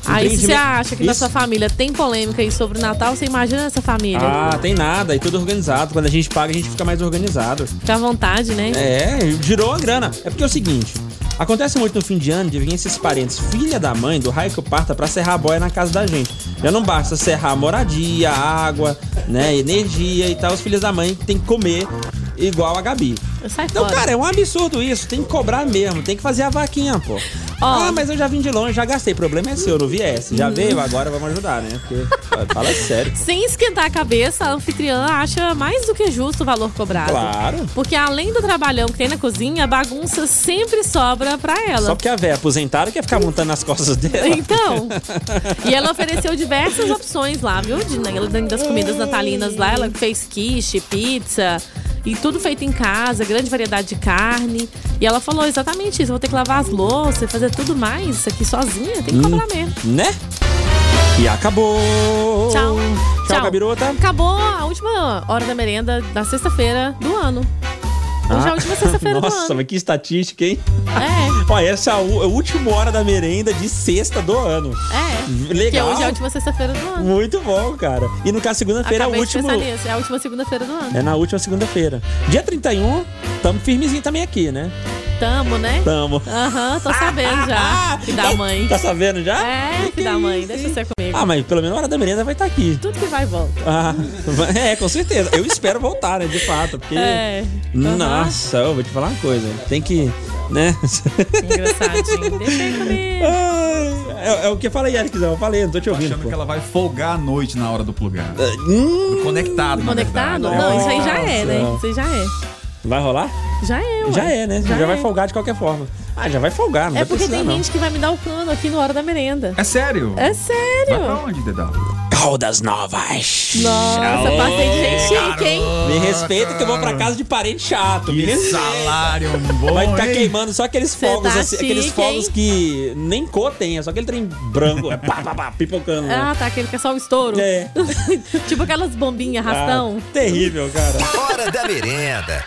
Aí se Entendi. você acha que na um Isso- sua família tem polêmica aí sobre o Natal, você imagina essa família. Ah, tem nada. E tudo organizado. Quando a gente paga, a gente fica mais organizado. Fica à vontade, né? É, girou a grana. É porque é o seguinte. Acontece muito no fim de ano de vir esses parentes, filha da mãe, do raio que eu parta, pra serrar a boia na casa da gente. Já não basta serrar a moradia, a água, né, energia e tal. Os filhos da mãe tem que comer igual a Gabi. Sai Então, fora. cara, é um absurdo isso. Tem que cobrar mesmo, tem que fazer a vaquinha, pô. Ah, mas eu já vim de longe, já gastei. Problema é seu, não viesse. Já veio, agora vamos ajudar, né? Porque, fala sério. pô. Sem esquentar a cabeça, a anfitriã acha mais do que justo o valor cobrado. Claro. Porque além do trabalhão que tem na cozinha, a bagunça sempre sobra pra ela. Só porque a véia é aposentada quer ficar montando nas costas dela. Então. E ela ofereceu diversas opções lá, viu? De, ela- das comidas natalinas lá, ela fez quiche, pizza e tudo feito em casa, grande variedade de carne. E ela falou exatamente isso: vou ter que lavar as louças, fazer tudo mais aqui sozinha, tem que comprar mesmo. Né? E acabou! Tchau. Tchau, Gabirota. Acabou a última hora da merenda da sexta-feira do ano. Hoje é a última sexta-feira do Ah. Nossa, ano. mas que estatística, hein? É. Olha, essa é a u- a última hora da merenda de sexta do ano. É. Legal. Porque hoje é a última sexta-feira do ano. Muito bom, cara. E no caso, segunda-feira é o Acabei último. de pensar nisso. É a última segunda-feira do ano. É na última segunda-feira. Dia 31, tamo firmezinho também aqui, né? Tamo, né? Tamo. Aham, tô sabendo <laughs> É, já. Que da mãe. Tá sabendo já? É, que da mãe. Deixa você comigo. Ah, mas pelo menos a hora da merenda vai estar aqui. Tudo que vai e volta. Ah, <laughs> é, com certeza. Eu espero voltar, né? De fato, porque. É. Nossa, eu vou te falar uma coisa. Tem que. Né? <laughs> Engraçadinho. Deixa eu comigo. É, é o que fala aí, Eric. Eu falei, não tô te Tô ouvindo. achando pô. que ela vai folgar à noite na hora do plugar. Do conectado, na Conectado? verdade. Não, isso aí já é, né? Nossa. Isso aí já é. Vai rolar? Já é, ué. Já é, né? Já, Já, vai é. folgar de qualquer forma. Ah, já vai folgar, não É vai porque precisar, tem não. gente que vai me dar o cano aqui na hora da merenda. É sério? É sério. onde, Dedal? Caldas Novas. Nossa, Alô, passei de gente chique, hein? Me respeita que eu vou pra casa de parente chato. me respeita. salário um bom, Vai ficar hein? queimando só aqueles Cê fogos, tá assim, aqueles chique, fogos hein? que nem cor tem, é só aquele trem branco, é pá, pá, pá, pipocando. né? Ah, tá. Aquele que é só o estouro. É. <laughs> tipo aquelas bombinhas, rastão. Ah, terrível, cara. Hora da merenda.